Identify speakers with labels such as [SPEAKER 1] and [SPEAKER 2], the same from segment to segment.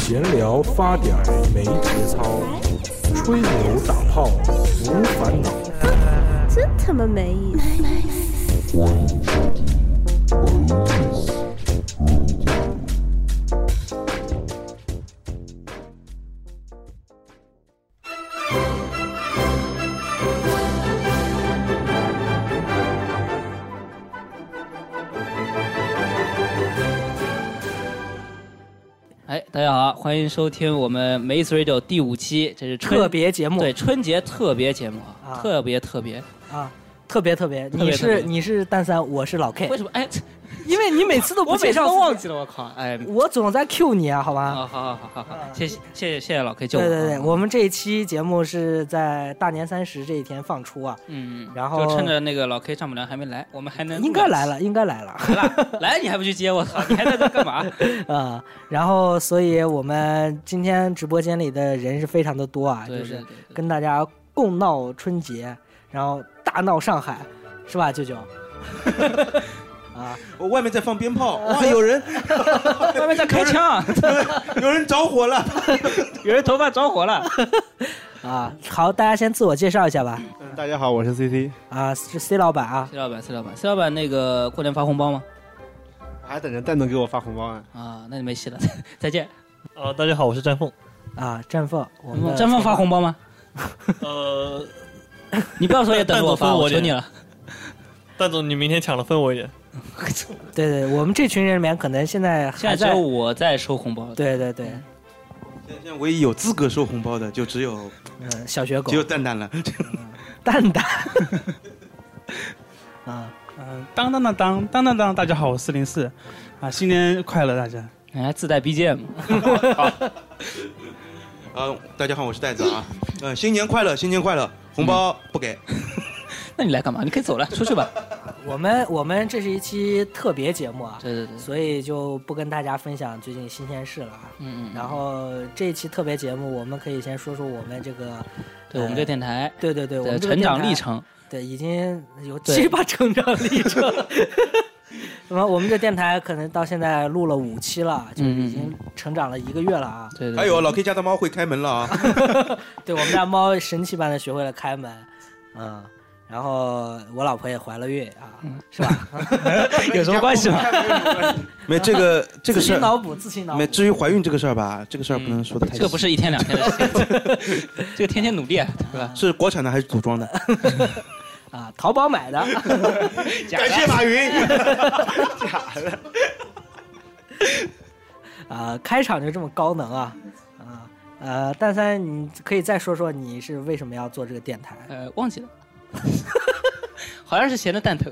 [SPEAKER 1] 闲聊发点儿没节操，吹牛打炮无烦恼。
[SPEAKER 2] 真他妈没意思！
[SPEAKER 3] 哎，大家好，欢迎收听我们《梅 s Radio》第五期，这是春
[SPEAKER 4] 特别节目
[SPEAKER 3] 对春节特别节目，
[SPEAKER 4] 啊
[SPEAKER 3] 特别特别。
[SPEAKER 4] 啊，特别特
[SPEAKER 3] 别
[SPEAKER 4] 别，你
[SPEAKER 3] 特别
[SPEAKER 4] 是你是蛋三，我是老 K，
[SPEAKER 3] 为什么？哎，这
[SPEAKER 4] 因为你每次都不
[SPEAKER 3] 我每
[SPEAKER 4] 介
[SPEAKER 3] 次
[SPEAKER 4] 绍
[SPEAKER 3] 都忘
[SPEAKER 4] 自
[SPEAKER 3] 记了，我靠！哎，
[SPEAKER 4] 己，我总在 Q 你啊，好吧？
[SPEAKER 3] 好好好好好好，
[SPEAKER 4] 啊
[SPEAKER 3] 谢谢谢谢谢谢老 K 救
[SPEAKER 4] 对
[SPEAKER 3] 我。
[SPEAKER 4] 对对，我们这一期节目是在大年三十这一天放出啊，
[SPEAKER 3] 嗯，
[SPEAKER 4] 然后
[SPEAKER 3] 就趁着那个老 K 丈母娘还没来，我们还能
[SPEAKER 4] 应该来了，应该来了
[SPEAKER 3] 来了，来了你还不去接我操？你还在这干嘛？
[SPEAKER 4] 啊。然后，所以我们今天直播间里的人是非常的多啊，
[SPEAKER 3] 对
[SPEAKER 4] 就
[SPEAKER 3] 对对
[SPEAKER 4] 是
[SPEAKER 3] 对
[SPEAKER 4] 跟大家共闹春节，然后大闹上海，是吧，舅舅？啊，
[SPEAKER 5] 我外面在放鞭炮，
[SPEAKER 3] 呃
[SPEAKER 5] 哇，有人
[SPEAKER 3] 外面在开枪，啊
[SPEAKER 5] 有人着火了。
[SPEAKER 3] 有人头发着火了。
[SPEAKER 4] 啊，好，大家先自我介绍一下吧。
[SPEAKER 5] 大家好，我是 CC，
[SPEAKER 4] 啊，是 C 老板啊，
[SPEAKER 3] C 老板，C 老板，C 老板，那个过年发红包吗？
[SPEAKER 5] 还等着蛋总给我发红包呢。
[SPEAKER 3] 啊，那你没戏了，再见。
[SPEAKER 6] 啊，大家好，我是战凤。
[SPEAKER 4] 啊，绽放，我们的
[SPEAKER 3] 张峰发红包吗？
[SPEAKER 6] 呃，
[SPEAKER 3] 你不要说也等着我
[SPEAKER 6] 但
[SPEAKER 3] 发，
[SPEAKER 6] 都分我
[SPEAKER 3] 我求
[SPEAKER 6] 点
[SPEAKER 3] 你了。
[SPEAKER 6] 蛋总，你明天抢了分我一点。
[SPEAKER 4] 对对，我们这群人里面可能现在
[SPEAKER 3] 现在
[SPEAKER 4] 还
[SPEAKER 3] 只有我嗯在收红包。
[SPEAKER 4] 对对对，
[SPEAKER 5] 现在唯一有资格收红包的就只有
[SPEAKER 4] 嗯，小学狗
[SPEAKER 5] 只有蛋蛋 了。
[SPEAKER 4] 蛋蛋，啊，
[SPEAKER 7] 嗯，当当当当当当当，大家好，我是四零四，啊，新年快乐，大家。
[SPEAKER 3] 你哎还自带 BGM，
[SPEAKER 5] 啊，大家好，我是袋子啊。嗯，新年快乐，新年快乐，红包不给。
[SPEAKER 3] 那你来干嘛？你可以走了，出去吧。
[SPEAKER 4] 我们我们这是一期特别节目啊，
[SPEAKER 3] 对对对，
[SPEAKER 4] 所以就不跟大家分享最近新鲜事了啊。
[SPEAKER 3] 嗯嗯。
[SPEAKER 4] 然后这一期特别节目，我们可以先说说我们这个，
[SPEAKER 3] 对我们这电台
[SPEAKER 4] 对对哎对，我
[SPEAKER 3] 的
[SPEAKER 4] 们这个
[SPEAKER 3] 成长
[SPEAKER 4] 电台
[SPEAKER 3] 历，程，
[SPEAKER 4] 对，已经有
[SPEAKER 3] 对
[SPEAKER 4] 七八成长历程。 那么我们这电台可能到现在录了五期了，啊就是已
[SPEAKER 3] 嗯
[SPEAKER 4] 经成长了一个月了啊。
[SPEAKER 3] 对对。对
[SPEAKER 5] 还哎有，老 K 家的猫会开门了啊！
[SPEAKER 4] 对我们家猫神奇般的学会了开门，嗯，然后我老婆也怀了孕啊，是吧？
[SPEAKER 3] 有什么关系吗？
[SPEAKER 4] 哎
[SPEAKER 5] 没这个这个
[SPEAKER 4] 自
[SPEAKER 5] 事
[SPEAKER 4] 行
[SPEAKER 5] 儿，
[SPEAKER 4] 脑补，自行脑
[SPEAKER 5] 没
[SPEAKER 4] 补。
[SPEAKER 5] 至于怀孕这个事儿吧，这个事儿不能说的太
[SPEAKER 3] 嗯
[SPEAKER 5] 细。
[SPEAKER 3] 这个不是一天两天的事， 情，这个天天努力，啊对吧？
[SPEAKER 5] 是国产的还是组装的？
[SPEAKER 4] 啊，淘宝买的，
[SPEAKER 5] 感谢马云。
[SPEAKER 4] 啊，开场就这么高能啊，啊，呃，蛋三，你可以再说说你是为什么要做这个电台？
[SPEAKER 3] 呃，忘记了， 好像是闲的蛋疼。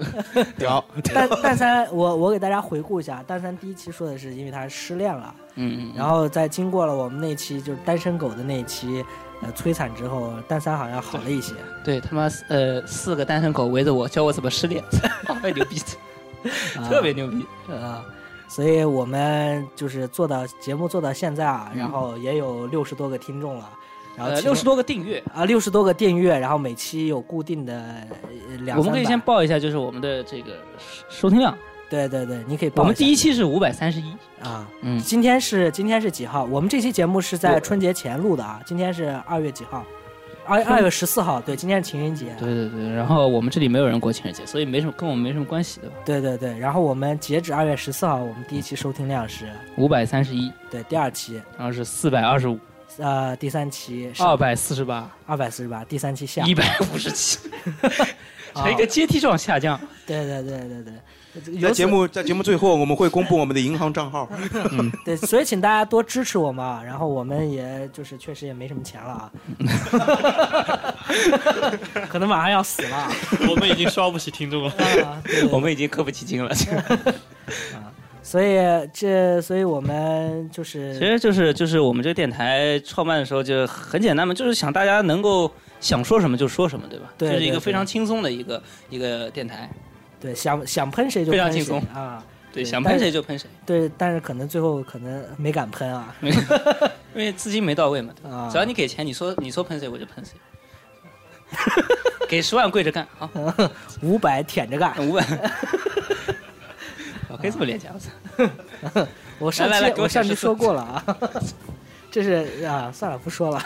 [SPEAKER 5] 屌，
[SPEAKER 4] 蛋蛋三，我我给大家回顾一下，蛋三第一期说的是因为他失恋了，
[SPEAKER 3] 嗯嗯。
[SPEAKER 4] 然后在经过了我们那期就是单身狗的那一期，呃，摧残之后，蛋三好像好了一些。
[SPEAKER 3] 对他妈呃，四个单身狗围着我，教我怎么失恋， 太牛逼，
[SPEAKER 4] 啊
[SPEAKER 3] 特别牛逼。
[SPEAKER 4] 啊，所以我们就是做到节目做到现在啊，
[SPEAKER 3] 嗯
[SPEAKER 4] 然后也有六十多个听众了，然后
[SPEAKER 3] 呃，六十多个订阅，
[SPEAKER 4] 啊六十多个订阅，然后每期有固定的呃两
[SPEAKER 3] 我们可以
[SPEAKER 4] 三
[SPEAKER 3] 先
[SPEAKER 4] 百
[SPEAKER 3] 报一下，就是我们的这个收听量。
[SPEAKER 4] 对对对，你可以报
[SPEAKER 3] 我们第
[SPEAKER 4] 一
[SPEAKER 3] 一期是五百三十一，
[SPEAKER 4] 下啊。
[SPEAKER 3] 嗯，
[SPEAKER 4] 今天是今天是几号？我们这期节目是
[SPEAKER 3] 我
[SPEAKER 4] 在春节前录的啊。今天是二月几号？二二月十四号。对，今天是情人节。
[SPEAKER 3] 对对对，然后我们这里没有人过情人节，所以没什么跟我们没什么关系，对吧？
[SPEAKER 4] 对对对。然后我们截止二月十四号，我们第一期收听量是
[SPEAKER 3] 五百三十一，
[SPEAKER 4] 对第二期，
[SPEAKER 3] 然后是四百二十五，
[SPEAKER 4] 呃，第三期是
[SPEAKER 3] 二百四十八，
[SPEAKER 4] 二百四十八，第三期下
[SPEAKER 3] 啊一百五十 七，
[SPEAKER 4] 啊
[SPEAKER 3] 呈一个阶梯状下降。
[SPEAKER 4] 对对对对对，有
[SPEAKER 5] 在节目在节目最后我们会公布我们的银行账号。
[SPEAKER 4] 对，所以请大家多支持我们啊。然后我们也就是确实也没什么钱了啊， 可能马上要死了啊。
[SPEAKER 6] 我们已经刷不起听众了。
[SPEAKER 4] 啊对对
[SPEAKER 3] 我
[SPEAKER 4] 对
[SPEAKER 3] 们已经客不起劲了，
[SPEAKER 4] 所以这，所以我们就
[SPEAKER 3] 其
[SPEAKER 4] 是
[SPEAKER 3] 实就是就是我们这个电台创办的时候就很简单嘛，就是想大家能够想说什么就说什么，对吧？
[SPEAKER 4] 对
[SPEAKER 3] 这是一
[SPEAKER 4] 对
[SPEAKER 3] 个
[SPEAKER 4] 对
[SPEAKER 3] 非常轻松的一个一个电台，
[SPEAKER 4] 对想想喷谁就
[SPEAKER 3] 非常
[SPEAKER 4] 喷谁
[SPEAKER 3] 轻松
[SPEAKER 4] 啊。
[SPEAKER 3] 对，
[SPEAKER 4] 对
[SPEAKER 3] 想
[SPEAKER 4] 但
[SPEAKER 3] 喷
[SPEAKER 4] 是
[SPEAKER 3] 谁就喷谁，
[SPEAKER 4] 对，但是可能最后可能没敢喷啊
[SPEAKER 3] 因为资金没到位嘛。对吧
[SPEAKER 4] 啊！
[SPEAKER 3] 只要你给钱，你说你说喷谁我就喷谁， 给十万跪着干好。
[SPEAKER 4] 五百舔着 干，
[SPEAKER 3] 五百。我可以这么廉价，我操！
[SPEAKER 4] 我上
[SPEAKER 3] 来来来
[SPEAKER 4] 期
[SPEAKER 3] 给我
[SPEAKER 4] 我上期
[SPEAKER 3] 显示
[SPEAKER 4] 说过了啊。 这是啊，算了，不说了。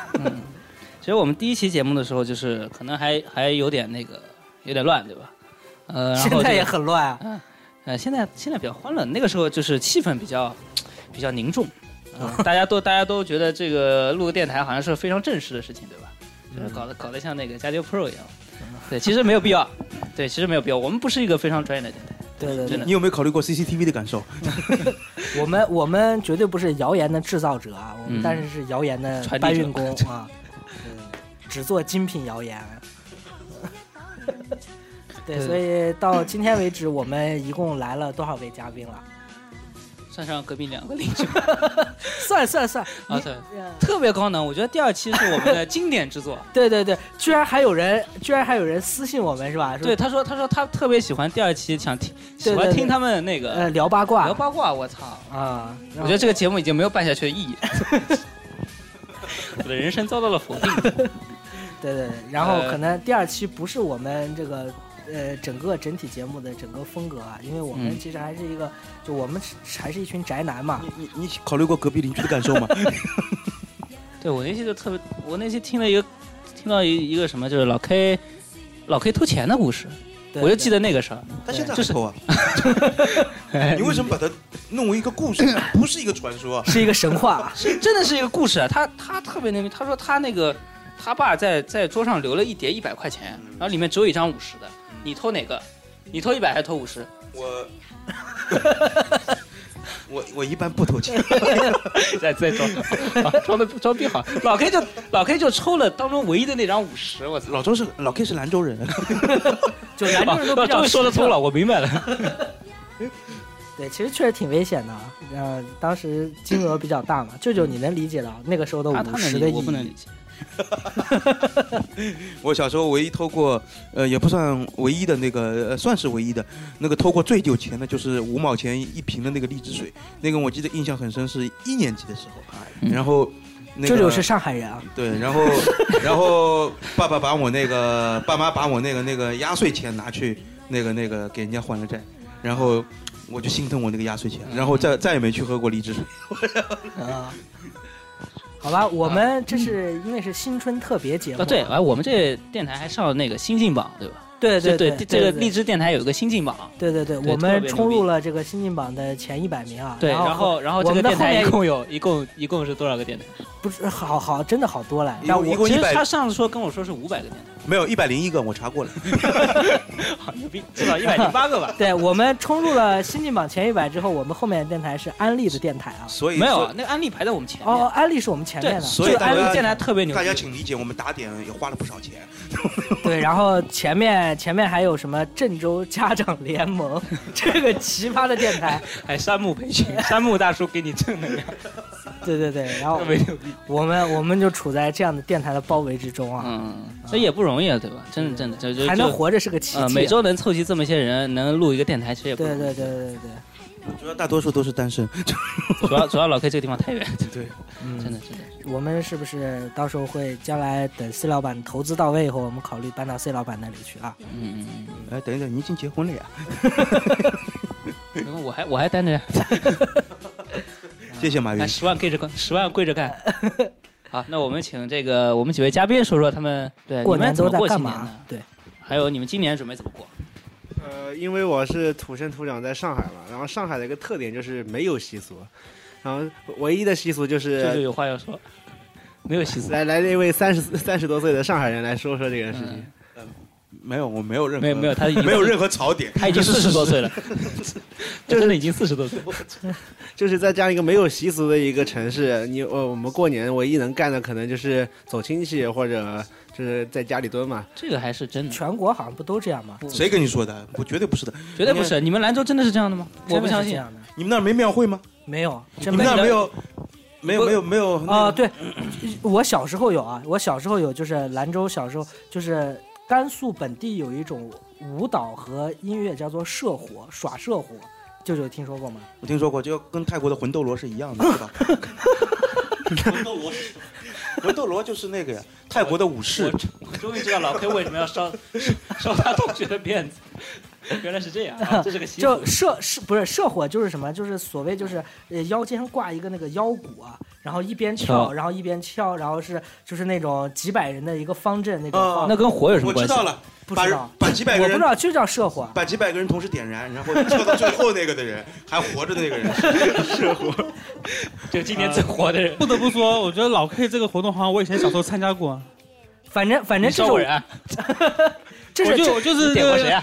[SPEAKER 3] 其实我们第一期节目的时候，就是可能还还有点那个，有点乱，对吧？呃，然
[SPEAKER 4] 现
[SPEAKER 3] 后
[SPEAKER 4] 在
[SPEAKER 3] 就
[SPEAKER 4] 也很乱啊，
[SPEAKER 3] 呃，现在现在比较欢乐，那个时候就是气氛比较比较凝重，啊，大家都大家都觉得这个录个电台好像是非常正式的事情，对吧？就是搞得搞得像那个加丢 Pro 一样，对，其实没有必要，对，其实没有必要，我们不是一个非常专业的电台，
[SPEAKER 4] 对对
[SPEAKER 3] 真的
[SPEAKER 4] 对，
[SPEAKER 5] 你有没有考虑过 CCTV 的感受？
[SPEAKER 4] 我们我们绝对不是谣言的制造者啊，我们
[SPEAKER 3] 嗯
[SPEAKER 4] 但是是谣言的
[SPEAKER 3] 传递
[SPEAKER 4] 搬
[SPEAKER 3] 者
[SPEAKER 4] 运工啊， 对对对只做精品谣言。 对，
[SPEAKER 3] 对
[SPEAKER 4] 所以到今天为止，我们一共来了多少位嘉宾了？
[SPEAKER 3] 算上隔壁两个邻居
[SPEAKER 4] 算算算，
[SPEAKER 3] 啊，
[SPEAKER 4] 你
[SPEAKER 3] 对，
[SPEAKER 4] 呃
[SPEAKER 3] 特别高能，我觉得第二期是我们的经典之作。
[SPEAKER 4] 对对对，居然还有人，居然还有人私信我们是吧？说
[SPEAKER 3] 对，，他说他说他特别喜欢第二期，想听喜
[SPEAKER 4] 对
[SPEAKER 3] 欢
[SPEAKER 4] 对
[SPEAKER 3] 听他们那个
[SPEAKER 4] 呃，聊八卦
[SPEAKER 3] 聊八卦，我操！
[SPEAKER 4] 啊，
[SPEAKER 3] 我觉得这个节目已经没有办下去的意义，我的人生遭到了否定。
[SPEAKER 4] 对对，对，然后
[SPEAKER 3] 呃
[SPEAKER 4] 可能第二期不是我们这个呃整个整体节目的整个风格啊，因为我们
[SPEAKER 3] 嗯
[SPEAKER 4] 其实还是一个，就我们是还是一群宅男嘛。
[SPEAKER 5] 你你你考虑过隔壁邻居的感受 吗？
[SPEAKER 3] 对我那期就特别，我那期听了一个听到一一个什么，就是老 K 老 K 偷钱的故事，
[SPEAKER 4] 对
[SPEAKER 3] 我就记得那个事儿。
[SPEAKER 5] 他现在
[SPEAKER 3] 就
[SPEAKER 5] 还
[SPEAKER 3] 是，
[SPEAKER 5] 偷啊？ 你为什么把它弄为一个故事，不是一个传说啊？
[SPEAKER 4] 对是一个神话
[SPEAKER 3] 是真的是一个故事啊，他他特别那个，他说他那个他爸在在桌上留了一叠一百块钱，然后里面只有一张五十的，你偷哪个？你偷一百还是偷五十？
[SPEAKER 5] 我我我一般不偷钱，
[SPEAKER 3] 再再装， 啊装的装逼好。老 K 就老 K 就抽了当中唯一的那张五十，我操！
[SPEAKER 5] 老周是老 K 是兰州人，
[SPEAKER 4] 就兰州人都比较
[SPEAKER 3] 终于哦说得
[SPEAKER 4] 实诚
[SPEAKER 3] 通。了，我明 白了。
[SPEAKER 4] 对，其实确实挺危险的啊。呃，当时金额比较大嘛，舅舅你能理解到那个时候的
[SPEAKER 3] 啊
[SPEAKER 4] 五
[SPEAKER 3] 他
[SPEAKER 4] 十
[SPEAKER 3] 能
[SPEAKER 4] 的
[SPEAKER 3] 理
[SPEAKER 4] 意
[SPEAKER 3] 解，我不能理
[SPEAKER 4] 义？
[SPEAKER 3] 解。
[SPEAKER 5] 我小时候唯一偷过，呃，也不算唯一的那个，呃、算是唯一的那个偷过最久钱的，就是五毛钱一瓶的那个荔枝水。那个我记得印象很深，是一年级的时候，然后那
[SPEAKER 4] 舅
[SPEAKER 5] 个
[SPEAKER 4] 舅是上海人啊，
[SPEAKER 5] 对，然后然后爸爸把我那个爸妈把我那个那个压岁钱拿去那个那个给人家还了债，然后我就心疼我那个压岁钱，然后再再也没去喝过荔枝水。
[SPEAKER 4] 啊。 好吧，我们这是因为是新春特别节目
[SPEAKER 3] 啊，对，哎，我们这电台还上了那个新晋榜，对吧？
[SPEAKER 4] 对对
[SPEAKER 3] 对
[SPEAKER 4] 对，
[SPEAKER 3] 这个
[SPEAKER 4] 对
[SPEAKER 3] 荔枝电台有一个新晋榜，
[SPEAKER 4] 对对对，
[SPEAKER 3] 对
[SPEAKER 4] 我
[SPEAKER 3] 特别
[SPEAKER 4] 们
[SPEAKER 3] 牛
[SPEAKER 4] 冲入
[SPEAKER 3] 逼
[SPEAKER 4] 了这个新进榜的前一百名啊。
[SPEAKER 3] 对，然后然后这
[SPEAKER 4] 我
[SPEAKER 3] 个
[SPEAKER 4] 们的
[SPEAKER 3] 电
[SPEAKER 4] 后
[SPEAKER 3] 台
[SPEAKER 4] 面
[SPEAKER 3] 一共有一共一共是多少个电台？
[SPEAKER 4] 不是好好真的好多了。。
[SPEAKER 5] 一共一共
[SPEAKER 3] 其
[SPEAKER 5] 一
[SPEAKER 3] 实
[SPEAKER 5] 百
[SPEAKER 3] 他上次说跟我说是五百个电台，
[SPEAKER 5] 没有一百零一个，我查过了。
[SPEAKER 3] 好牛逼，至少一百零八个吧
[SPEAKER 4] 对我们冲入了新进榜前一百之后，我们后面的电台是安利的电台啊。
[SPEAKER 5] 所以
[SPEAKER 3] 没有
[SPEAKER 5] 说
[SPEAKER 3] 啊，那个安利排在我们前
[SPEAKER 4] 哦，
[SPEAKER 3] 面。
[SPEAKER 4] 安利是我们前面
[SPEAKER 3] 对，
[SPEAKER 4] 的，
[SPEAKER 5] 所以
[SPEAKER 3] 这个
[SPEAKER 5] 大
[SPEAKER 3] 安
[SPEAKER 5] 家
[SPEAKER 3] 利电台特别牛
[SPEAKER 5] 大家
[SPEAKER 3] 逼。
[SPEAKER 5] 请理解，我们打点也花了不少钱。
[SPEAKER 4] 对，然后前面前面还有什么郑州家长联盟 这个奇葩的电台，
[SPEAKER 3] 哎，山木培训，山木大叔给你正能量，
[SPEAKER 4] 对对对，然后
[SPEAKER 3] 特别牛逼。
[SPEAKER 4] 我们我们就处在这样的电台的包围之中啊，
[SPEAKER 3] 嗯，这也不容易啊，对吧？真的真的，就嗯就
[SPEAKER 4] 还能
[SPEAKER 3] 就
[SPEAKER 4] 活着是个奇迹啊、
[SPEAKER 3] 呃，每周能凑齐这么些人，能录一个电台，其实也不
[SPEAKER 4] 对
[SPEAKER 3] 容易。
[SPEAKER 4] 对对对对对，
[SPEAKER 5] 主要大多数都是单身。
[SPEAKER 3] 主要主要老 K 这个地方太远，
[SPEAKER 5] 对，
[SPEAKER 4] 嗯，
[SPEAKER 3] 真的真的。
[SPEAKER 4] 我们是不是到时候会将来等 C 老板投资到位以后，我们考虑搬到 C 老板那里去啊？
[SPEAKER 3] 嗯嗯
[SPEAKER 5] 哎，等一等，你已经结婚了呀？
[SPEAKER 3] 嗯，然后我还我还单着呀，
[SPEAKER 5] 谢谢马云
[SPEAKER 3] 哎，。十万跪着干，十万跪着干。 好，那我们请这个我们几位嘉宾说说他们对
[SPEAKER 4] 过
[SPEAKER 3] 呃你们
[SPEAKER 4] 年
[SPEAKER 3] 怎
[SPEAKER 4] 都
[SPEAKER 3] 么
[SPEAKER 4] 在
[SPEAKER 3] 过
[SPEAKER 4] 干
[SPEAKER 3] 新年
[SPEAKER 4] 嘛
[SPEAKER 3] 呢？？
[SPEAKER 4] 对，
[SPEAKER 3] 还有你们今年准备怎么过？
[SPEAKER 8] 呃，因为我是土生土长在上海嘛，然后上海的一个特点就是没有习俗，然后唯一的习俗就
[SPEAKER 3] 舅舅
[SPEAKER 8] 是
[SPEAKER 3] 有话要说，没有习俗，
[SPEAKER 8] 来来了一位三十三十多岁的上海人来说说这件事
[SPEAKER 3] 嗯
[SPEAKER 8] 情。
[SPEAKER 5] 没有，我没有任何
[SPEAKER 3] 没有没有，他已经
[SPEAKER 5] 没有任何槽点。
[SPEAKER 3] 他已经四十多岁了， 他真的已经四十多岁了。
[SPEAKER 8] 就是在这样一个没有习俗的一个城市，你我我们过年唯一能干的可能就是走亲戚或者就是在家里蹲嘛。
[SPEAKER 3] 这个还是真的，
[SPEAKER 4] 全国好像不都这样吗？
[SPEAKER 5] 谁跟你说的？我绝对不是的。
[SPEAKER 3] 绝对不是。你们兰州真的是这样的吗？我不
[SPEAKER 4] 真的
[SPEAKER 3] 相
[SPEAKER 4] 是这
[SPEAKER 3] 信。
[SPEAKER 4] 样的，
[SPEAKER 5] 你们那儿没庙会吗？
[SPEAKER 4] 没有，
[SPEAKER 5] 你
[SPEAKER 4] 真
[SPEAKER 5] 们
[SPEAKER 4] 没
[SPEAKER 5] 那
[SPEAKER 4] 有
[SPEAKER 5] 儿没有？没有
[SPEAKER 4] 不
[SPEAKER 5] 没有没有
[SPEAKER 3] 哦
[SPEAKER 5] 那个
[SPEAKER 4] 啊、对，我小时候有啊，我小时候有，就是兰州小时候就是甘肃本地有一种舞蹈和音乐叫做社火，耍社火，舅舅听说过吗？
[SPEAKER 5] 我听说过，就跟泰国的魂斗罗是一样的，是吧？魂斗罗就是那个呀，泰国的武士
[SPEAKER 3] 我终于知道老 K 为什么要烧烧他同学的辫子。原来是这样，啊这是个习俗
[SPEAKER 4] 就。社是不是社火就是什么？就是所谓就是呃腰间上挂一个那个腰鼓啊，然后一边
[SPEAKER 3] 敲
[SPEAKER 7] 嗯
[SPEAKER 4] 跳，然后一边敲，然后是就是那种几百人的一个方阵那种
[SPEAKER 5] 啊
[SPEAKER 4] 方。
[SPEAKER 3] 那跟火有什么
[SPEAKER 5] 我
[SPEAKER 3] 关
[SPEAKER 5] 知
[SPEAKER 3] 系？
[SPEAKER 5] 道了，
[SPEAKER 4] 不
[SPEAKER 5] 把
[SPEAKER 4] 知
[SPEAKER 5] 人
[SPEAKER 4] 道，
[SPEAKER 5] 把几百
[SPEAKER 7] 嗯
[SPEAKER 4] 我
[SPEAKER 5] 个
[SPEAKER 4] 不知
[SPEAKER 5] 人
[SPEAKER 4] 道，就叫社火。啊
[SPEAKER 5] 把几百个人同时点燃，然后跳到最后那个的人，还活着的那个人。
[SPEAKER 3] 就今年最火的人，
[SPEAKER 7] 不得不说，我觉得老 K 这个活动好像我以前小时候参加过，
[SPEAKER 4] 反正反 正
[SPEAKER 3] 你
[SPEAKER 4] 这
[SPEAKER 3] 烧过
[SPEAKER 4] 种
[SPEAKER 3] 人啊？
[SPEAKER 4] 这
[SPEAKER 7] 我
[SPEAKER 4] 是
[SPEAKER 7] 就
[SPEAKER 4] 这
[SPEAKER 7] 我就是
[SPEAKER 3] 点过谁啊？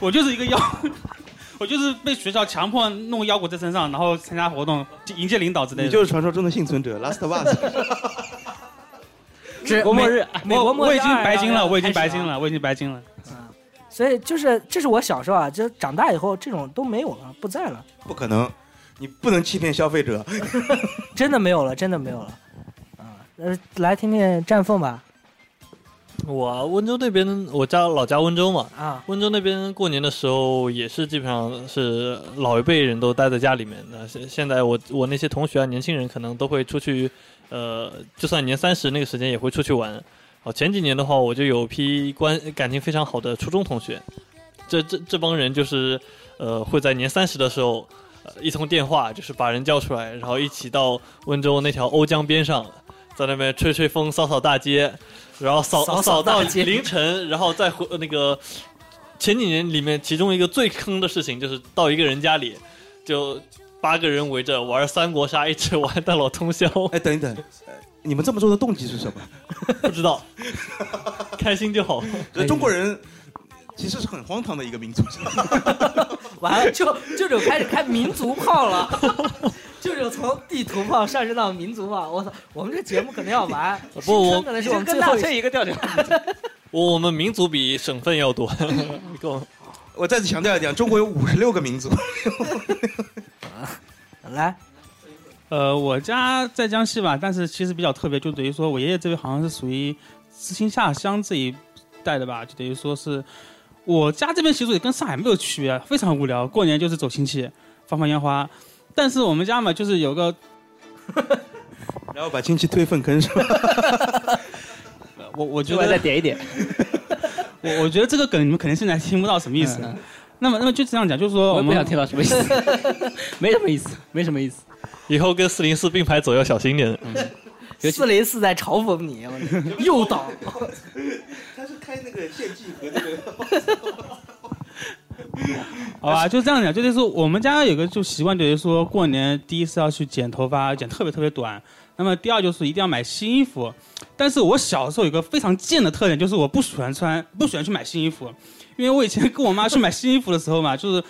[SPEAKER 7] 我就是一个妖， 我就是被学校强迫弄妖股在身上，然后参加活动迎接领导之类的。
[SPEAKER 5] 你就是传说中的幸存者 Last of Us。
[SPEAKER 4] 这
[SPEAKER 7] 国末
[SPEAKER 4] 美
[SPEAKER 7] 日，
[SPEAKER 4] 美国
[SPEAKER 7] 我
[SPEAKER 4] 末日
[SPEAKER 7] 我已经白金
[SPEAKER 4] 二
[SPEAKER 7] 了，
[SPEAKER 4] 要
[SPEAKER 7] 我已经
[SPEAKER 4] 开
[SPEAKER 7] 白
[SPEAKER 4] 始啊
[SPEAKER 7] 金了，我已经白金了。
[SPEAKER 4] 所以就是这是我小时候啊，就长大以后这种都没有了，不在了，
[SPEAKER 5] 不可能，你不能欺骗消费者。
[SPEAKER 4] 真的没有了，真的没有了。啊，呃，来听听战凤吧。
[SPEAKER 6] 我啊温州那边，我家老家温州嘛，
[SPEAKER 4] 啊，
[SPEAKER 6] 温州那边过年的时候也是基本上是老一辈人都待在家里面那现现在我我那些同学啊，年轻人可能都会出去，呃，就算年三十那个时间也会出去玩。哦，前几年的话，我就有批关感情非常好的初中同学，这这这帮人就是，呃，会在年三十的时候，呃，一通电话就是把人叫出来，然后一起到温州那条瓯江边上，在那边吹吹风、扫扫大街，然后扫哦
[SPEAKER 4] 扫
[SPEAKER 6] 扫
[SPEAKER 4] 扫大
[SPEAKER 6] 到
[SPEAKER 4] 街
[SPEAKER 6] 凌晨，然后再回那个前几年里面，其中一个最坑的事情就是到一个人家里，就八个人围着玩三国杀，一直玩到老通宵，
[SPEAKER 5] 哎，等一等，呃你们这么做的动机是什么？
[SPEAKER 6] 不知 道，开心就好。
[SPEAKER 5] 这中国人其实是很荒唐的一个民族。
[SPEAKER 4] 完了，就就种开始开民族炮了， 就种从地图炮上升到民族炮。我操，我们这节目可能要完，
[SPEAKER 6] 不
[SPEAKER 4] 新
[SPEAKER 6] 我
[SPEAKER 4] 春可能是我们最后一期
[SPEAKER 3] 一个调调。
[SPEAKER 6] 我我们民族比省份要多， 够
[SPEAKER 5] 我再次强调一点，中国有五十六个民族。
[SPEAKER 4] 来，
[SPEAKER 7] 呃，我家在江西吧，但是其实比较特别，就等于说我爷爷这边好像是属于知青下乡这一带的吧，就等于说是我家这边习俗也跟上海没有区别，非常无聊。过年就是走亲戚，放放烟花，但是我们家嘛，就是有个
[SPEAKER 5] 然后把亲戚推粪坑上，
[SPEAKER 7] 呃我我觉
[SPEAKER 3] 另 外再
[SPEAKER 7] 得
[SPEAKER 3] 点一点，
[SPEAKER 7] 我我觉得这个梗你们肯定现在听不到什么意思。
[SPEAKER 3] 嗯
[SPEAKER 7] 那么那么就这样讲，就是说
[SPEAKER 3] 我
[SPEAKER 7] 我
[SPEAKER 3] 也不
[SPEAKER 7] 们
[SPEAKER 3] 想听到什么意思， 没什么意思，没什么意思。
[SPEAKER 6] 以后跟四零四并排走要小心点。
[SPEAKER 3] 尤其
[SPEAKER 4] 四零四在嘲讽你，啊我操诱导。
[SPEAKER 5] 他是开那个献祭和那个
[SPEAKER 7] 好吧，就这样讲，就是说我们家有个就习惯，就是说过年第一是要去剪头发，剪特别特别短。那么第二就是一定要买新衣服，但是我小时候有个非常贱的特点，就是我不喜欢穿，不喜欢去买新衣服，因为我以前跟我妈去买新衣服的时候嘛，就是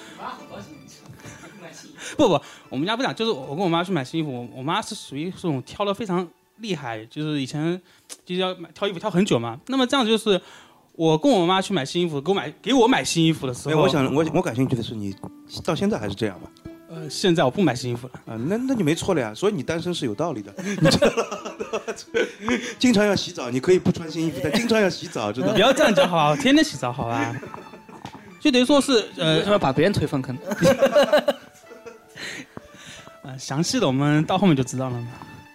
[SPEAKER 7] 不不，我们家不讲，就是我跟我妈去买新衣服，我我妈是属于这种挑的非常厉害，就是以前就是要买挑衣服挑很久嘛。那么这样就是我跟我妈去买新衣服，给我买给我买新衣服的时
[SPEAKER 5] 没
[SPEAKER 7] 候，
[SPEAKER 5] 有，我想我我感兴趣的是你到现在还是这样吧？
[SPEAKER 7] 呃，现在我不买新衣服了。
[SPEAKER 5] 啊，那那你没错了呀，所以你单身是有道理的。 你知道吗经常要洗澡，你可以不穿新衣服，但经常要洗澡，知道
[SPEAKER 7] 不
[SPEAKER 5] 吗？
[SPEAKER 7] 要这样讲好吧，我天天洗澡好吧， 就等于说是
[SPEAKER 3] 为
[SPEAKER 7] 呃
[SPEAKER 3] 什 么要把别人推粪坑？
[SPEAKER 7] 呃详细的我们到后面就知道了嘛。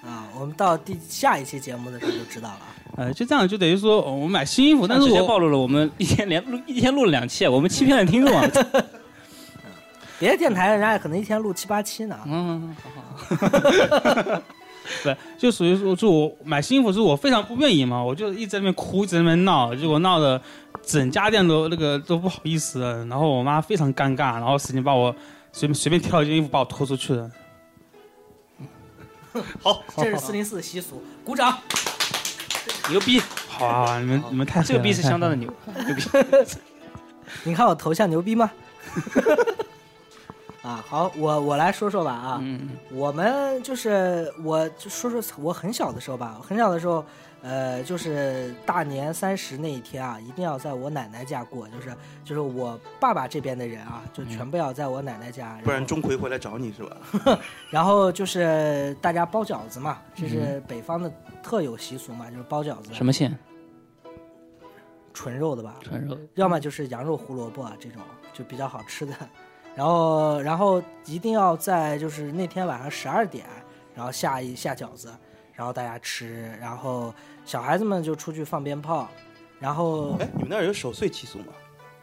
[SPEAKER 4] 啊，我们到第下一期节目的时候就知道了啊。
[SPEAKER 7] 呃，就这样就等于说呃我买新衣服，但是
[SPEAKER 3] 直接暴
[SPEAKER 7] 我
[SPEAKER 3] 露了我们一天连录一天录了两期，我们欺骗了听 众啊！
[SPEAKER 4] 别的电台人家可能一天录七八期呢啊。
[SPEAKER 3] 嗯，
[SPEAKER 7] 就属于说就我买新衣服是我非常不愿意嘛，我就一直在那边哭，一直在那边闹，结果闹的整家店都那个都不好意思了，然后我妈非常尴尬，然后使劲把我随随便挑一件衣服把我拖出去了。
[SPEAKER 4] 这是四零四习俗，鼓掌。
[SPEAKER 3] 牛逼，
[SPEAKER 7] 好啊，好啊你们你们太
[SPEAKER 3] 这个逼是相当的
[SPEAKER 7] 的
[SPEAKER 3] 牛。
[SPEAKER 4] 你看我头像牛 逼吗？啊，好，我我来说说吧啊，
[SPEAKER 3] 嗯，
[SPEAKER 4] 我们就是我就说说我很小的时候吧，我很小的时候，呃，就是大年三十那一天啊，一定要在我奶奶家过，就是就是我爸爸这边的人啊，就全部要在我奶奶家，
[SPEAKER 5] 不然钟馗会来找你是吧？
[SPEAKER 4] 然后就是大家包饺子嘛，这是北方的特有习俗嘛，就是包饺子，
[SPEAKER 3] 嗯什么线？
[SPEAKER 4] 纯肉的吧，
[SPEAKER 3] 传说
[SPEAKER 4] 要么就是羊肉胡萝卜啊这种就比较好吃的，然后然后一定要在就是那天晚上十二点，然后下一下饺子，然后大家吃，然后小孩子们就出去放鞭炮，然后
[SPEAKER 5] 哎，你们那儿有守岁习俗吗？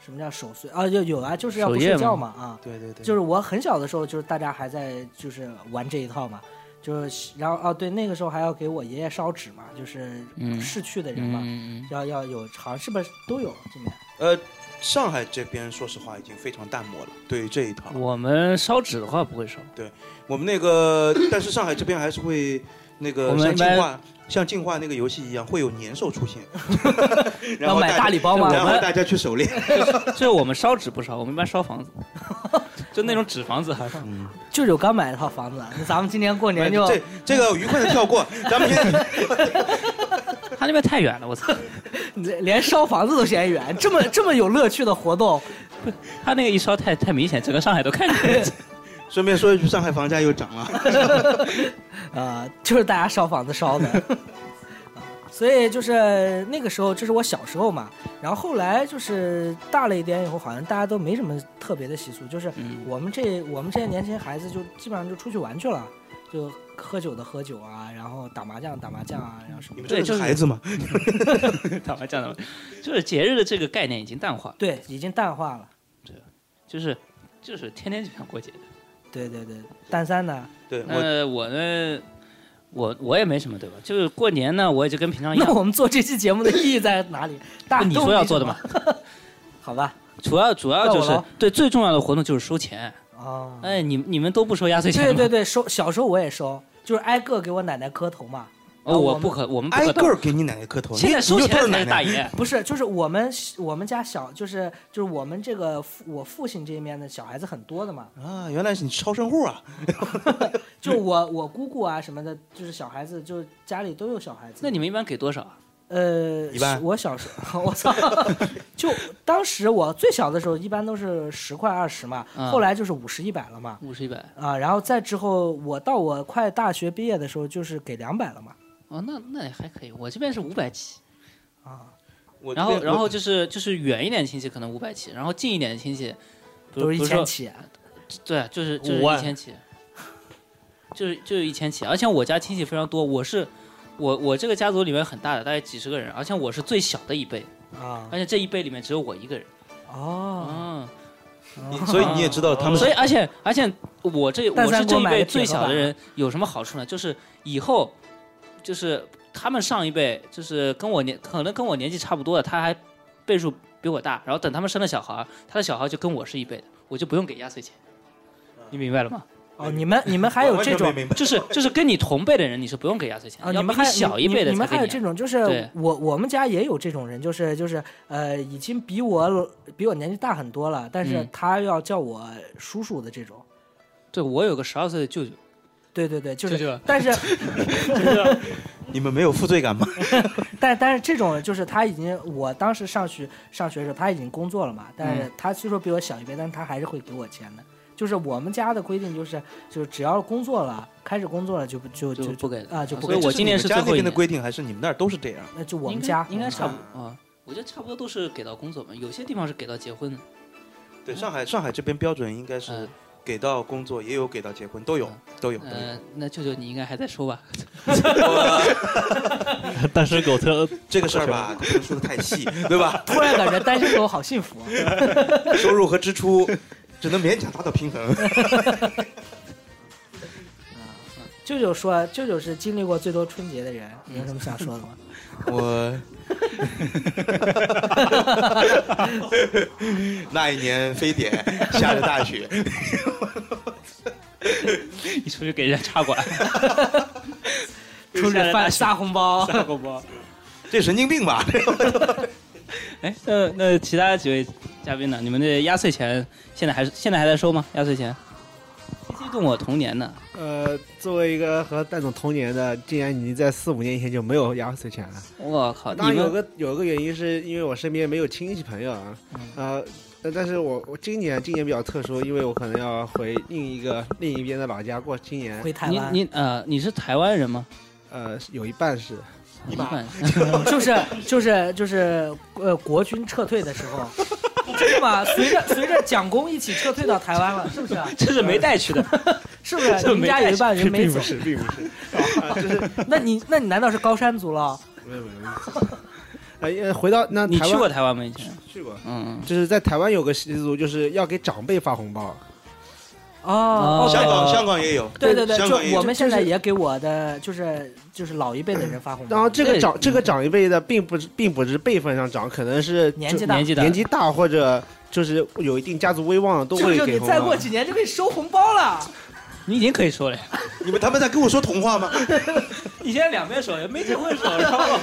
[SPEAKER 4] 什么叫守岁啊？有有啊，就是要不睡觉嘛啊。
[SPEAKER 5] 对对对，
[SPEAKER 4] 就是我很小的时候，就是大家还在就是玩这一套嘛，就是然后哦、对，那个时候还要给我爷爷烧纸嘛，就是
[SPEAKER 3] 嗯
[SPEAKER 4] 逝去的人嘛，
[SPEAKER 3] 嗯，
[SPEAKER 4] 要要有好像是不是都有这边？
[SPEAKER 5] 呃，上海这边说实话已经非常淡漠了，对于这一套。
[SPEAKER 3] 我们烧纸的话不会烧，
[SPEAKER 5] 我们那个，但是上海这边还是会那
[SPEAKER 3] 我
[SPEAKER 5] 个
[SPEAKER 3] 们
[SPEAKER 5] 像
[SPEAKER 3] 一般
[SPEAKER 5] 进化，像进化那个游戏一样，会有年兽出 现，然
[SPEAKER 4] 要
[SPEAKER 5] 后
[SPEAKER 4] 买大
[SPEAKER 5] 大
[SPEAKER 4] 礼包吗？
[SPEAKER 5] 然
[SPEAKER 3] 我
[SPEAKER 5] 后
[SPEAKER 3] 们
[SPEAKER 5] 大家去狩猎。
[SPEAKER 3] 就是我们烧纸不烧，我们一般烧房子， 就那种纸房子。
[SPEAKER 5] 嗯，
[SPEAKER 4] 舅舅刚买了套房子，咱们今年过年就
[SPEAKER 5] 哎 这这个愉快的跳过，咱们 先
[SPEAKER 3] 他那边太远了，我操！
[SPEAKER 4] 连连烧房子都嫌远，这么这么有乐趣的活动，
[SPEAKER 3] 他那个一烧太太明显，整个上海都看 见。
[SPEAKER 5] 顺便说一句，上海房价又涨了。
[SPEAKER 4] 呃，就是大家烧房子烧的。啊所以就是那个时候，这是我小时候嘛。然后后来就是大了一点以后，好像大家都没什么特别的习俗，就是
[SPEAKER 3] 嗯，
[SPEAKER 4] 我们这我们这些年轻孩子就基本上就出去玩去了，就喝酒的喝酒啊，然后打麻将打麻将啊，然后什么
[SPEAKER 5] 你
[SPEAKER 4] 的。
[SPEAKER 3] 对
[SPEAKER 5] 们真的
[SPEAKER 3] 就是是
[SPEAKER 5] 孩子吗？
[SPEAKER 3] 打 麻将的，就是节日的这个概念已经淡化，
[SPEAKER 4] 对，已经淡化了。
[SPEAKER 3] 就是就是天天就想过节的。
[SPEAKER 4] 对对对，蛋三呢？
[SPEAKER 5] 对我
[SPEAKER 3] 呃，我呢，我我也没什么，对吧？就是过年呢，我也就跟平啊常一
[SPEAKER 4] 那
[SPEAKER 3] 样。
[SPEAKER 4] 我们做这期节目的意义在哪 里？大
[SPEAKER 3] 你说要做的嘛？？
[SPEAKER 4] 好吧，
[SPEAKER 3] 主要主要就
[SPEAKER 4] 那我
[SPEAKER 3] 是
[SPEAKER 4] 呢
[SPEAKER 3] 对最重要的活动就是收钱。
[SPEAKER 4] 哦，
[SPEAKER 3] 哎，你你们都不收压岁钱吗？
[SPEAKER 4] 对对对，收小时候我也收，就是挨个给我奶奶磕头嘛。
[SPEAKER 3] 哦，
[SPEAKER 4] 我
[SPEAKER 3] 我
[SPEAKER 4] 们
[SPEAKER 3] 不可，我们不
[SPEAKER 5] 挨
[SPEAKER 3] 可
[SPEAKER 5] 个儿给你奶奶磕头，
[SPEAKER 3] 现
[SPEAKER 5] 你
[SPEAKER 3] 在收
[SPEAKER 5] 你又
[SPEAKER 3] 钱
[SPEAKER 5] 都是
[SPEAKER 3] 才是
[SPEAKER 5] 奶
[SPEAKER 3] 大
[SPEAKER 5] 奶。
[SPEAKER 3] 爷。
[SPEAKER 4] 不是，就是我们我们家小，就是就是我们这个父我父亲这一面的小孩子很多的嘛，
[SPEAKER 5] 啊，原来是你超生户啊！
[SPEAKER 4] 就我我姑姑啊什么的，就是小孩子，就家里都有小孩子。
[SPEAKER 3] 那你们一般给多少啊？
[SPEAKER 4] 呃，
[SPEAKER 5] 一般
[SPEAKER 4] 我小时候， 我操，就当时我最小的时候，一般都是十块二十嘛，
[SPEAKER 3] 嗯
[SPEAKER 4] 后来就是五十一百了嘛，
[SPEAKER 3] 五十一百。
[SPEAKER 4] 啊，然后再之后，我到我快大学毕业的时候，就是给两百了嘛，
[SPEAKER 3] 哦，那那也还可以。我这边是五百起，
[SPEAKER 4] 啊，
[SPEAKER 5] 我
[SPEAKER 3] 然后然后
[SPEAKER 5] 我
[SPEAKER 3] 就是就是远一点的亲戚可能五百起，然后近一点的亲戚，比如
[SPEAKER 4] 都是一
[SPEAKER 3] 比如说
[SPEAKER 4] 千起，
[SPEAKER 3] 对，就是就是
[SPEAKER 6] 五万
[SPEAKER 3] 一千起，就是就是一千起。而且我家亲戚非常多，我是我我这个家族里面很大的，大概几十个人，而且我是最小的一辈，
[SPEAKER 4] 啊
[SPEAKER 3] 而且这一辈里面只有我一个人。
[SPEAKER 4] 哦，
[SPEAKER 3] 嗯，
[SPEAKER 5] 你所以你也知道他们
[SPEAKER 3] 所以而且而且我这
[SPEAKER 4] 但
[SPEAKER 3] 我
[SPEAKER 4] 三
[SPEAKER 3] 是
[SPEAKER 4] 国
[SPEAKER 3] 这一
[SPEAKER 4] 买个
[SPEAKER 3] 辈
[SPEAKER 4] 铁
[SPEAKER 3] 最
[SPEAKER 4] 头
[SPEAKER 3] 小
[SPEAKER 4] 吧
[SPEAKER 3] 的人有什么好处呢？就是以后就是他们上一辈就是跟我年可能跟我年纪差不多的，他还辈数比我大，然后等他们生了小孩儿，他的小孩就跟我是一辈的，我就不用给压岁钱。
[SPEAKER 4] 嗯
[SPEAKER 3] 你明白了吗？
[SPEAKER 4] 哦，你们你们还有这种。
[SPEAKER 3] 就是就是跟你同辈的人，你是不用给压岁钱的，
[SPEAKER 4] 啊，
[SPEAKER 3] 要比
[SPEAKER 4] 你们还
[SPEAKER 3] 小一辈的
[SPEAKER 4] 你们
[SPEAKER 3] 才
[SPEAKER 4] 还有
[SPEAKER 3] 给
[SPEAKER 4] 这
[SPEAKER 3] 你。啊
[SPEAKER 4] 种，就
[SPEAKER 3] 对
[SPEAKER 4] 是我我们家也有这种人，就是就是呃，已经比我比我年纪大很多了，但是
[SPEAKER 3] 嗯
[SPEAKER 4] 他要叫我叔叔的这种，
[SPEAKER 3] 对我有个十二岁的舅舅，
[SPEAKER 4] 对对对，就是，
[SPEAKER 3] 舅舅
[SPEAKER 4] 但是
[SPEAKER 5] 你们没有负罪感吗？
[SPEAKER 4] 但但是这种就是他已经，我当时上学上学的时候他已经工作了嘛，但
[SPEAKER 3] 嗯
[SPEAKER 4] 是他虽说比我小一辈，但是他还是会给我钱的。就是我们家的规定就是，就是只要工作了，开始工作了就不就
[SPEAKER 3] 就
[SPEAKER 4] 就
[SPEAKER 3] 不给了
[SPEAKER 4] 啊就不
[SPEAKER 3] 所以
[SPEAKER 4] 给
[SPEAKER 3] 我
[SPEAKER 4] 了，
[SPEAKER 5] 这是
[SPEAKER 3] 今年
[SPEAKER 5] 你
[SPEAKER 3] 是最
[SPEAKER 5] 们家
[SPEAKER 3] 后一
[SPEAKER 5] 那边的
[SPEAKER 3] 年
[SPEAKER 5] 规定，还是你们那儿都是这样？
[SPEAKER 4] 那就我
[SPEAKER 3] 应
[SPEAKER 4] 们
[SPEAKER 3] 该
[SPEAKER 4] 家嗯
[SPEAKER 3] 应该
[SPEAKER 4] 我们
[SPEAKER 3] 差
[SPEAKER 4] 家
[SPEAKER 3] 不多啊。我觉得差不多都是给到工作吧，有些地方是给到结婚的。
[SPEAKER 5] 对，上海上海这边标准应该是
[SPEAKER 3] 嗯
[SPEAKER 5] 给到工作，也有给到结婚，都有都有。都有
[SPEAKER 3] 呃，那舅舅你应该还在收吧？
[SPEAKER 6] 单身狗特
[SPEAKER 5] 这个事儿吧，可不能说的太细，对吧？
[SPEAKER 4] 突然感觉单身狗好幸福啊。
[SPEAKER 5] 收入和支出只能勉强达到平衡。
[SPEAKER 4] 舅舅说，舅舅是经历过最多春节的人，你有什么想说的
[SPEAKER 3] 嗯
[SPEAKER 4] 吗？
[SPEAKER 5] 我 那一年非典下着 大雪，
[SPEAKER 3] 你出去给人家插管，
[SPEAKER 4] 出去发撒红包，
[SPEAKER 3] 狗包。
[SPEAKER 5] 这神经病吧？
[SPEAKER 3] 哦哎，那那其他几位嘉宾呢？你们的压岁钱现在还是现在还在收吗？压岁钱？C C 跟我同年的，
[SPEAKER 8] 呃，作为一个和蛋总同年的，竟然已经在四五年以前就没有压岁钱了。
[SPEAKER 3] 我靠！
[SPEAKER 8] 当
[SPEAKER 3] 你
[SPEAKER 8] 然有
[SPEAKER 3] 们
[SPEAKER 8] 个有个原因是因为我身边没有亲戚朋友啊，
[SPEAKER 3] 嗯
[SPEAKER 8] 呃，但但是我我今年今年比较特殊，因为我可能要回另一个另一边的老家过新年，
[SPEAKER 4] 回台
[SPEAKER 3] 你
[SPEAKER 4] 湾，
[SPEAKER 3] 你呃，你是台湾人吗？
[SPEAKER 8] 呃，有一 半是
[SPEAKER 3] 一般
[SPEAKER 4] 就是就是就是呃，国军撤退的时 候，真的吗？随着随着蒋公一起撤退到台湾了，是不是啊？
[SPEAKER 3] 这是没带去的，
[SPEAKER 4] 是不是？你们家有一半人没走，
[SPEAKER 8] 是，并不是，
[SPEAKER 4] 那你那你难道是高山族了？
[SPEAKER 8] 没有没有，呃，回到那
[SPEAKER 3] 你
[SPEAKER 8] 台
[SPEAKER 3] 去
[SPEAKER 8] 湾
[SPEAKER 3] 过台湾吗？以前？
[SPEAKER 8] 去过，
[SPEAKER 3] 嗯，
[SPEAKER 8] 就是在台湾有个习俗，就是要给长辈发红包。
[SPEAKER 4] 哦，
[SPEAKER 5] 香港
[SPEAKER 4] 哦
[SPEAKER 5] 香港也有，
[SPEAKER 4] 对对对
[SPEAKER 5] 香
[SPEAKER 4] 对，
[SPEAKER 5] 港也
[SPEAKER 4] 就我
[SPEAKER 5] 有。
[SPEAKER 4] 们现在也给我的就是就是老一辈的人发红包，
[SPEAKER 8] 然后哦这个
[SPEAKER 3] 对
[SPEAKER 8] 长这个长一辈的，并不是并不是辈分上长，可能是
[SPEAKER 4] 年纪
[SPEAKER 8] 就
[SPEAKER 4] 大
[SPEAKER 3] 年纪大，
[SPEAKER 8] 嗯年纪大或者就是有一定家族威望的都
[SPEAKER 4] 舅
[SPEAKER 8] 会
[SPEAKER 4] 舅
[SPEAKER 8] 给
[SPEAKER 4] 你
[SPEAKER 8] 红
[SPEAKER 4] 再
[SPEAKER 8] 包
[SPEAKER 4] 过。几年就可以收红包 了。
[SPEAKER 3] 你已经可以说了 呀。
[SPEAKER 5] 你们他们在跟我说童话吗？
[SPEAKER 3] 你现在两边手也没结婚手，然后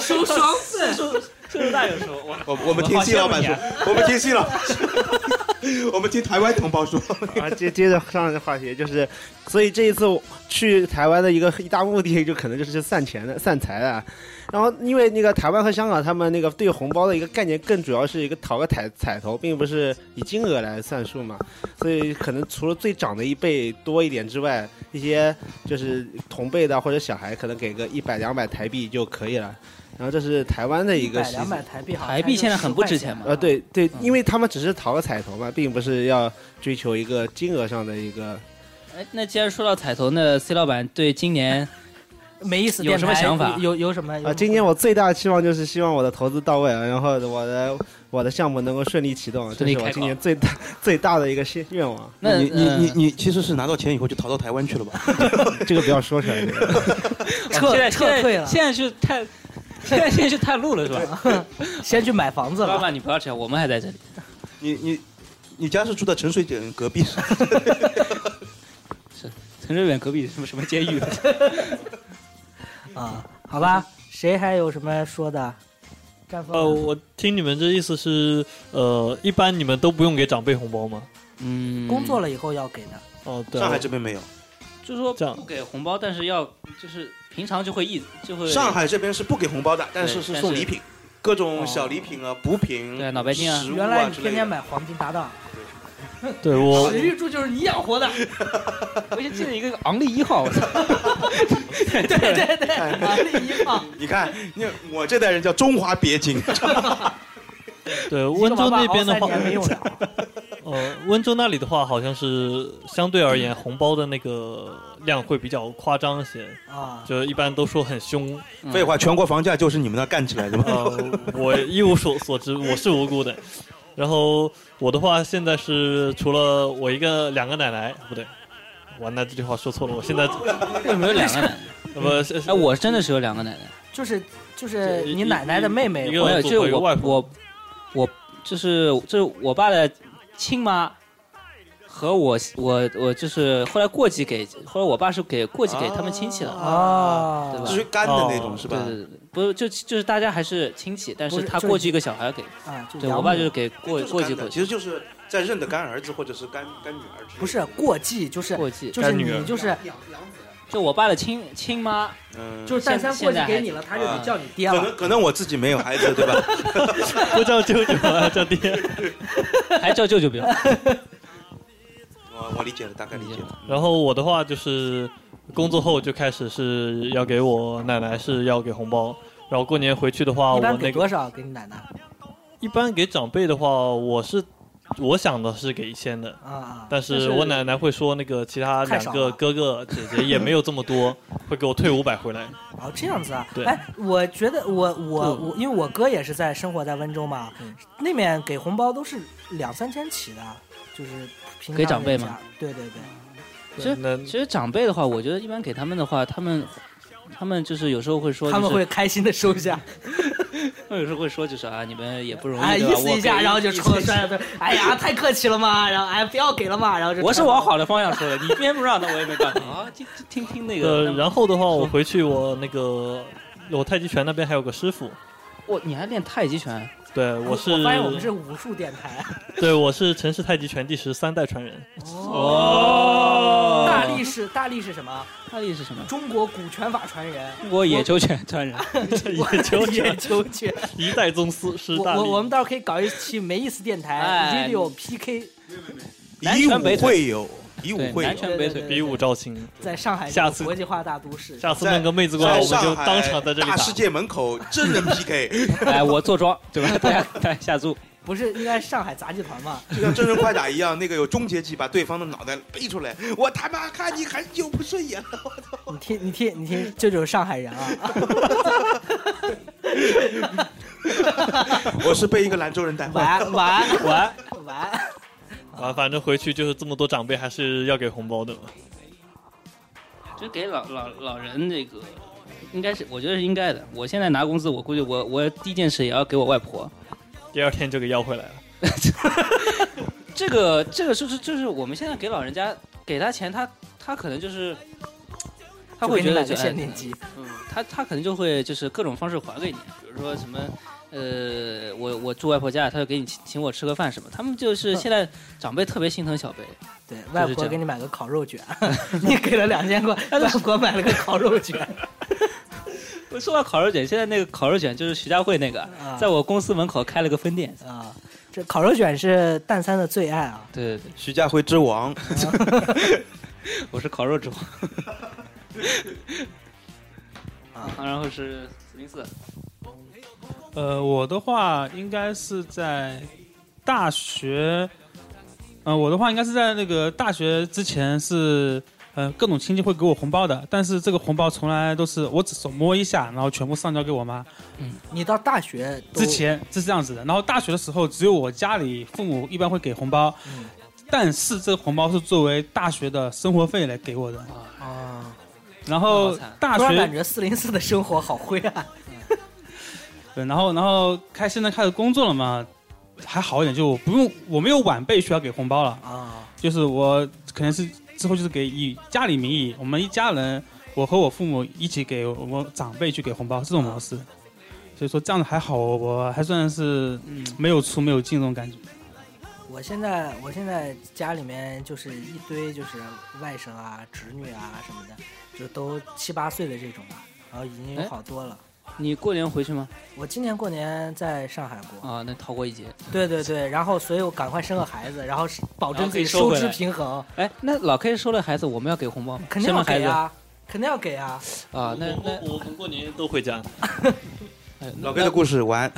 [SPEAKER 3] 收双份， 收收入大有收。我
[SPEAKER 5] 我我们听
[SPEAKER 3] 好
[SPEAKER 5] C 老板
[SPEAKER 3] 羡慕
[SPEAKER 5] 说
[SPEAKER 3] 你，
[SPEAKER 5] 我们听 C 老板说， 我们听台湾同胞说，
[SPEAKER 8] 啊，接接着上一个话题就是，所以这一次我去台湾的一个一大目的，就可能就是散钱的、散财的啊。然后因为那个台湾和香港他们那个对红包的一个概念，更主要是一个讨个彩彩头，并不是以金额来算数嘛。所以可能除了最长的一辈多一点之外，一些就是同辈的或者小孩，可能给个一百两百台币就可以了。然后这是台湾的一
[SPEAKER 4] 一
[SPEAKER 8] 个
[SPEAKER 4] 百
[SPEAKER 8] 习
[SPEAKER 4] 两
[SPEAKER 8] 俗
[SPEAKER 4] 百。台币好像
[SPEAKER 3] 台币现在很不值钱
[SPEAKER 4] 10
[SPEAKER 3] 嘛
[SPEAKER 4] 块
[SPEAKER 8] 呃，对对，
[SPEAKER 3] 嗯
[SPEAKER 8] 因为他们只是讨个彩头嘛，并不是要追求一个金额上的一个
[SPEAKER 3] 哎，那既然说到彩头，那 C 老板对今年
[SPEAKER 4] 没意思。
[SPEAKER 3] 有什么
[SPEAKER 4] 电台
[SPEAKER 3] 想法
[SPEAKER 4] 有有什么？有什
[SPEAKER 8] 啊，
[SPEAKER 4] 么
[SPEAKER 8] 今年我最大的期望就是希望我的投资到位，啊然后我的我的项目能够顺利启动，这
[SPEAKER 3] 顺利
[SPEAKER 8] 是
[SPEAKER 3] 开
[SPEAKER 8] 我今
[SPEAKER 3] 搞
[SPEAKER 8] 年最大最大的一个心愿望。啊
[SPEAKER 3] 那
[SPEAKER 5] 你你你
[SPEAKER 3] 嗯
[SPEAKER 5] 你其实是拿到钱以后就逃到台湾去了吧？
[SPEAKER 8] 这个不要说出来，这个
[SPEAKER 4] 撤
[SPEAKER 3] 现在
[SPEAKER 4] 撤退了
[SPEAKER 3] 现在去探，现在现在去探路了是吧？
[SPEAKER 4] 先去买房子
[SPEAKER 3] 老
[SPEAKER 4] 了。
[SPEAKER 3] 板，你不要这样，我们还在这里。
[SPEAKER 5] 你你你家是住在陈水扁隔壁是吧？
[SPEAKER 3] 陈水扁隔壁什么什么监 狱？
[SPEAKER 4] 啊，好吧，谁还有什么说的？绽放
[SPEAKER 6] 呃，我听你们这意思是，呃，一般你们都不用给长辈红包吗？
[SPEAKER 3] 嗯，
[SPEAKER 4] 工作了以后要给的，
[SPEAKER 6] 哦，对啊，
[SPEAKER 5] 上海这边没有，
[SPEAKER 3] 就是说
[SPEAKER 6] 这样
[SPEAKER 3] 不给红包，但是要就是平常就会一就会
[SPEAKER 5] 上海这边是不给红包的，但是
[SPEAKER 3] 对
[SPEAKER 5] 是
[SPEAKER 3] 但
[SPEAKER 5] 送
[SPEAKER 3] 是哦
[SPEAKER 5] 礼品，各种小礼品啊、补品、
[SPEAKER 3] 对脑白金啊
[SPEAKER 5] 食物
[SPEAKER 4] 原来你
[SPEAKER 5] 之
[SPEAKER 4] 天
[SPEAKER 5] 类
[SPEAKER 4] 天
[SPEAKER 5] 的。
[SPEAKER 4] 买黄金搭档，
[SPEAKER 6] 对我
[SPEAKER 3] 史玉柱就是你养活的。我就记得一个昂立一号，我操！对对对，
[SPEAKER 4] 黄金一放，
[SPEAKER 5] 你看，你我这代人叫中华 别井，
[SPEAKER 6] 对温州那边的
[SPEAKER 4] 一个娃娃熬
[SPEAKER 6] 话
[SPEAKER 4] 三，年没用了，
[SPEAKER 6] 呃，温州那里的话，好像是相对而言红包的那个量会比较夸张一些，
[SPEAKER 4] 啊，
[SPEAKER 6] 就一般都说很凶。
[SPEAKER 3] 嗯
[SPEAKER 5] 废话，全国房价就是你们那干起来的嘛。
[SPEAKER 6] 呃，我一无所所知，我是无辜的。然后我的话，现在是除了我一个两个奶奶，不对，完了这呃句话说错了，我现在
[SPEAKER 3] 为什么有两个奶奶？
[SPEAKER 6] 不是
[SPEAKER 3] 哎，我真的是有两个奶奶。
[SPEAKER 4] 就是就是你奶奶的妹
[SPEAKER 6] 一
[SPEAKER 4] 妹
[SPEAKER 6] 个，
[SPEAKER 3] 没有，
[SPEAKER 6] 祖
[SPEAKER 3] 就
[SPEAKER 6] 国
[SPEAKER 3] 是
[SPEAKER 6] 一个
[SPEAKER 3] 我
[SPEAKER 6] 外婆
[SPEAKER 3] 我我就是就是我爸的亲妈和我我我就是后来过继给，后来我爸是给过继给他们亲戚了。啊
[SPEAKER 4] 哦，
[SPEAKER 3] 对吧
[SPEAKER 5] 至于干的那种啊是吧
[SPEAKER 3] 对？对对，不是就就是大家还是亲戚，但
[SPEAKER 4] 不
[SPEAKER 3] 是
[SPEAKER 4] 是
[SPEAKER 3] 他
[SPEAKER 4] 就是
[SPEAKER 3] 过继一个小孩给，
[SPEAKER 4] 啊，就
[SPEAKER 3] 对
[SPEAKER 4] 养
[SPEAKER 3] 我爸
[SPEAKER 4] 母
[SPEAKER 3] 就是给过
[SPEAKER 5] 就是
[SPEAKER 3] 过继
[SPEAKER 5] 干
[SPEAKER 3] 过
[SPEAKER 5] 的
[SPEAKER 3] 继
[SPEAKER 5] 其实就是在认的干儿子或者是干干女儿之类的。
[SPEAKER 4] 不是过继，就是
[SPEAKER 3] 过继，
[SPEAKER 4] 就是
[SPEAKER 6] 干女儿
[SPEAKER 4] 你就是
[SPEAKER 3] 就我爸的亲亲妈，
[SPEAKER 5] 嗯，
[SPEAKER 4] 就是蛋三过继给你了，他就得叫你爹
[SPEAKER 5] 可
[SPEAKER 4] 了。
[SPEAKER 5] 能可能我自己没有孩子，对吧？
[SPEAKER 6] 不叫舅舅啊，叫爹。
[SPEAKER 3] 还哎叫舅舅表，
[SPEAKER 5] 我我理解了，大概理解了。
[SPEAKER 6] 然后我的话就是工作后就开始是要给我奶奶是要给红包，然后过年回去的话，
[SPEAKER 4] 一
[SPEAKER 6] 我
[SPEAKER 3] 哦
[SPEAKER 4] 般
[SPEAKER 6] 那
[SPEAKER 4] 给
[SPEAKER 6] 个
[SPEAKER 4] 多
[SPEAKER 6] 呃
[SPEAKER 4] 少给你奶奶
[SPEAKER 6] 一般给长辈的话，我是我想的是给一千的，
[SPEAKER 4] 啊？
[SPEAKER 6] 但
[SPEAKER 3] 但是
[SPEAKER 6] 是我奶奶会说那个其他
[SPEAKER 4] 太
[SPEAKER 6] 两
[SPEAKER 4] 少
[SPEAKER 6] 个
[SPEAKER 4] 了
[SPEAKER 6] 哥哥姐姐也没有这么多，会给我呃退五百回来。
[SPEAKER 4] 哦，这样子啊？
[SPEAKER 6] 对
[SPEAKER 4] 哎，我觉得我我我，因为我哥也是在生活在温州嘛
[SPEAKER 6] 嗯，
[SPEAKER 4] 那面给红包都是两三千起的，就是平常
[SPEAKER 3] 给长辈
[SPEAKER 4] 人家
[SPEAKER 3] 吗？
[SPEAKER 4] 对对对，
[SPEAKER 3] 其实
[SPEAKER 6] 那
[SPEAKER 3] 其实长辈的话，我觉得一般给他们的话，他们他们就是有时候会说，
[SPEAKER 4] 他们会开心的收下，
[SPEAKER 3] 他们有时候会说就是啊，你们也不容易，
[SPEAKER 4] 哎，
[SPEAKER 3] 对吧
[SPEAKER 4] 意思
[SPEAKER 3] 我
[SPEAKER 4] 一下，
[SPEAKER 3] 给
[SPEAKER 4] 然后就戳
[SPEAKER 3] 意思一下
[SPEAKER 4] 摔了。哎呀，太客气了嘛，然后哎，不要给了嘛，然后就
[SPEAKER 3] 我是往好的方向说的，你偏不让，那我也没办法啊。听听听那
[SPEAKER 6] 呃，
[SPEAKER 3] 个，
[SPEAKER 6] 然后的话，我回去我那个我太极拳那边还有个师傅，
[SPEAKER 3] 我你还练太极拳？
[SPEAKER 6] 对我是
[SPEAKER 4] 发现我们是武术电台，
[SPEAKER 6] 对我是陈氏太极拳第十三代传人。
[SPEAKER 3] 哦
[SPEAKER 4] 大力士，大力是什么？
[SPEAKER 3] 大力是什么？
[SPEAKER 4] 中国古拳法传人，
[SPEAKER 3] 中国野球拳传人。
[SPEAKER 6] 野球
[SPEAKER 4] 野
[SPEAKER 6] 拳
[SPEAKER 4] 球拳。
[SPEAKER 6] 一代宗师师
[SPEAKER 4] 我
[SPEAKER 6] 大
[SPEAKER 4] 我
[SPEAKER 6] 力
[SPEAKER 4] 我们到时候可以搞一期没意思电台
[SPEAKER 3] 哎
[SPEAKER 4] Radio PK，
[SPEAKER 3] 南
[SPEAKER 5] 以
[SPEAKER 3] 拳北
[SPEAKER 5] 武
[SPEAKER 3] 腿
[SPEAKER 5] 会友，以 武
[SPEAKER 3] 对，
[SPEAKER 5] 会
[SPEAKER 3] 南
[SPEAKER 5] 友。
[SPEAKER 3] 拳北腿。
[SPEAKER 6] 比武招亲。
[SPEAKER 4] 在上海
[SPEAKER 6] 下
[SPEAKER 4] 这
[SPEAKER 6] 次
[SPEAKER 4] 个国际化大都市。
[SPEAKER 6] 下次弄个妹子过
[SPEAKER 5] 在
[SPEAKER 6] 来，我们就
[SPEAKER 5] 上海
[SPEAKER 6] 当场在这里
[SPEAKER 5] 大
[SPEAKER 6] 打。
[SPEAKER 5] 世界门口真人 PK，
[SPEAKER 3] 哎，我坐庄，对吧？大家大家下注。
[SPEAKER 4] 不是应该是上海杂技团吗？
[SPEAKER 5] 就像真人快打一样，那个有终结技，把对方的脑袋背出来。我他妈看你很久不顺眼了，我操！
[SPEAKER 4] 你听，你听，你听，舅舅上海人啊，
[SPEAKER 5] 我是被一个兰州人带坏。
[SPEAKER 4] 玩玩
[SPEAKER 6] 玩
[SPEAKER 4] 玩，
[SPEAKER 6] 啊，反正回去就是这么多长辈，还是要给红包的嘛。
[SPEAKER 3] 就给老老老人这个，应该是我觉得是应该的。我现在拿工资，我估计我我第一件事也要给我外婆。
[SPEAKER 6] 第二天就给要回来了。
[SPEAKER 3] 这个这个就是就是我们现在给老人家给他钱，他他可能就是他会觉得就
[SPEAKER 4] 就给你买个限定机，
[SPEAKER 3] 嗯，他他可能就会就是各种方式还给你，比如说什么，呃，我我住外婆家，他就给你请请我吃个饭什么。他们就是
[SPEAKER 4] 嗯
[SPEAKER 3] 现在长辈特别心疼小辈，
[SPEAKER 4] 对外
[SPEAKER 3] 就是这
[SPEAKER 4] 婆
[SPEAKER 3] 样
[SPEAKER 4] 给你买个烤肉卷， 你给了两千块，外婆买了个烤肉卷，
[SPEAKER 3] 我说到烤肉卷，现在那个烤肉卷就是徐家汇那个，
[SPEAKER 4] 啊
[SPEAKER 3] 在我公司门口开了个分店。
[SPEAKER 4] 啊，这烤肉卷是蛋三的最爱啊。
[SPEAKER 3] 对对
[SPEAKER 5] 徐家辉之王，
[SPEAKER 3] 对，我是烤肉 之王。
[SPEAKER 4] 啊
[SPEAKER 3] 啊，然后是四零四，
[SPEAKER 7] 呃，我的话应该是在呃大学，呃，我的话应该是在那个大学之前是，呃，各种亲戚会给我红包的，但是这个红包从来都是我只手摸一下，然后全部上交给我妈。
[SPEAKER 3] 哦
[SPEAKER 4] 你到大学都
[SPEAKER 7] 之前是这样子的，然后大学的时候只有我家里父母一般会给红包，嗯但是这个红包是作为大学的生活费来给我的。
[SPEAKER 4] 啊，
[SPEAKER 7] 然
[SPEAKER 3] 那好
[SPEAKER 7] 后
[SPEAKER 3] 惨
[SPEAKER 7] 大
[SPEAKER 4] 突然
[SPEAKER 7] 学
[SPEAKER 4] 感觉四零四的生活好灰暗。
[SPEAKER 7] 对，然后然后开现在开始工作了嘛，还好一点，就不用我没有晚辈需要给红包了，
[SPEAKER 4] 啊
[SPEAKER 7] 就是我可能是之后就是给以家里名义，我们一家人，我和我父母一起给我们长辈去给红包这种模式，所以说这样子还好，我还算是嗯没有出没有进这种感觉。
[SPEAKER 4] 我现在我现在家里面就是一堆就是外甥啊、侄女啊什么的，就都七八岁的这种吧，然后已经有
[SPEAKER 3] 哎
[SPEAKER 4] 好多了。
[SPEAKER 3] 你过年回去吗？
[SPEAKER 4] 我今年过年在上海过，
[SPEAKER 3] 啊，那逃过一劫。
[SPEAKER 4] 对对对，然后所以我赶快生个孩子，然后是保
[SPEAKER 3] 然
[SPEAKER 4] 证
[SPEAKER 3] 后
[SPEAKER 4] 自
[SPEAKER 3] 可以
[SPEAKER 4] 己
[SPEAKER 3] 收
[SPEAKER 4] 收
[SPEAKER 3] 回
[SPEAKER 4] 支
[SPEAKER 3] 来
[SPEAKER 4] 平衡，
[SPEAKER 3] 哎，那老 K 收了孩子，我们要给红包吗？
[SPEAKER 4] 肯定
[SPEAKER 3] 生
[SPEAKER 4] 要
[SPEAKER 3] 了
[SPEAKER 4] 给
[SPEAKER 3] 孩
[SPEAKER 4] 啊，肯定要给啊。
[SPEAKER 3] 子啊，那
[SPEAKER 6] 我
[SPEAKER 3] 那
[SPEAKER 6] 我我们过年都回家。
[SPEAKER 3] 哎
[SPEAKER 5] 老哥的故事完，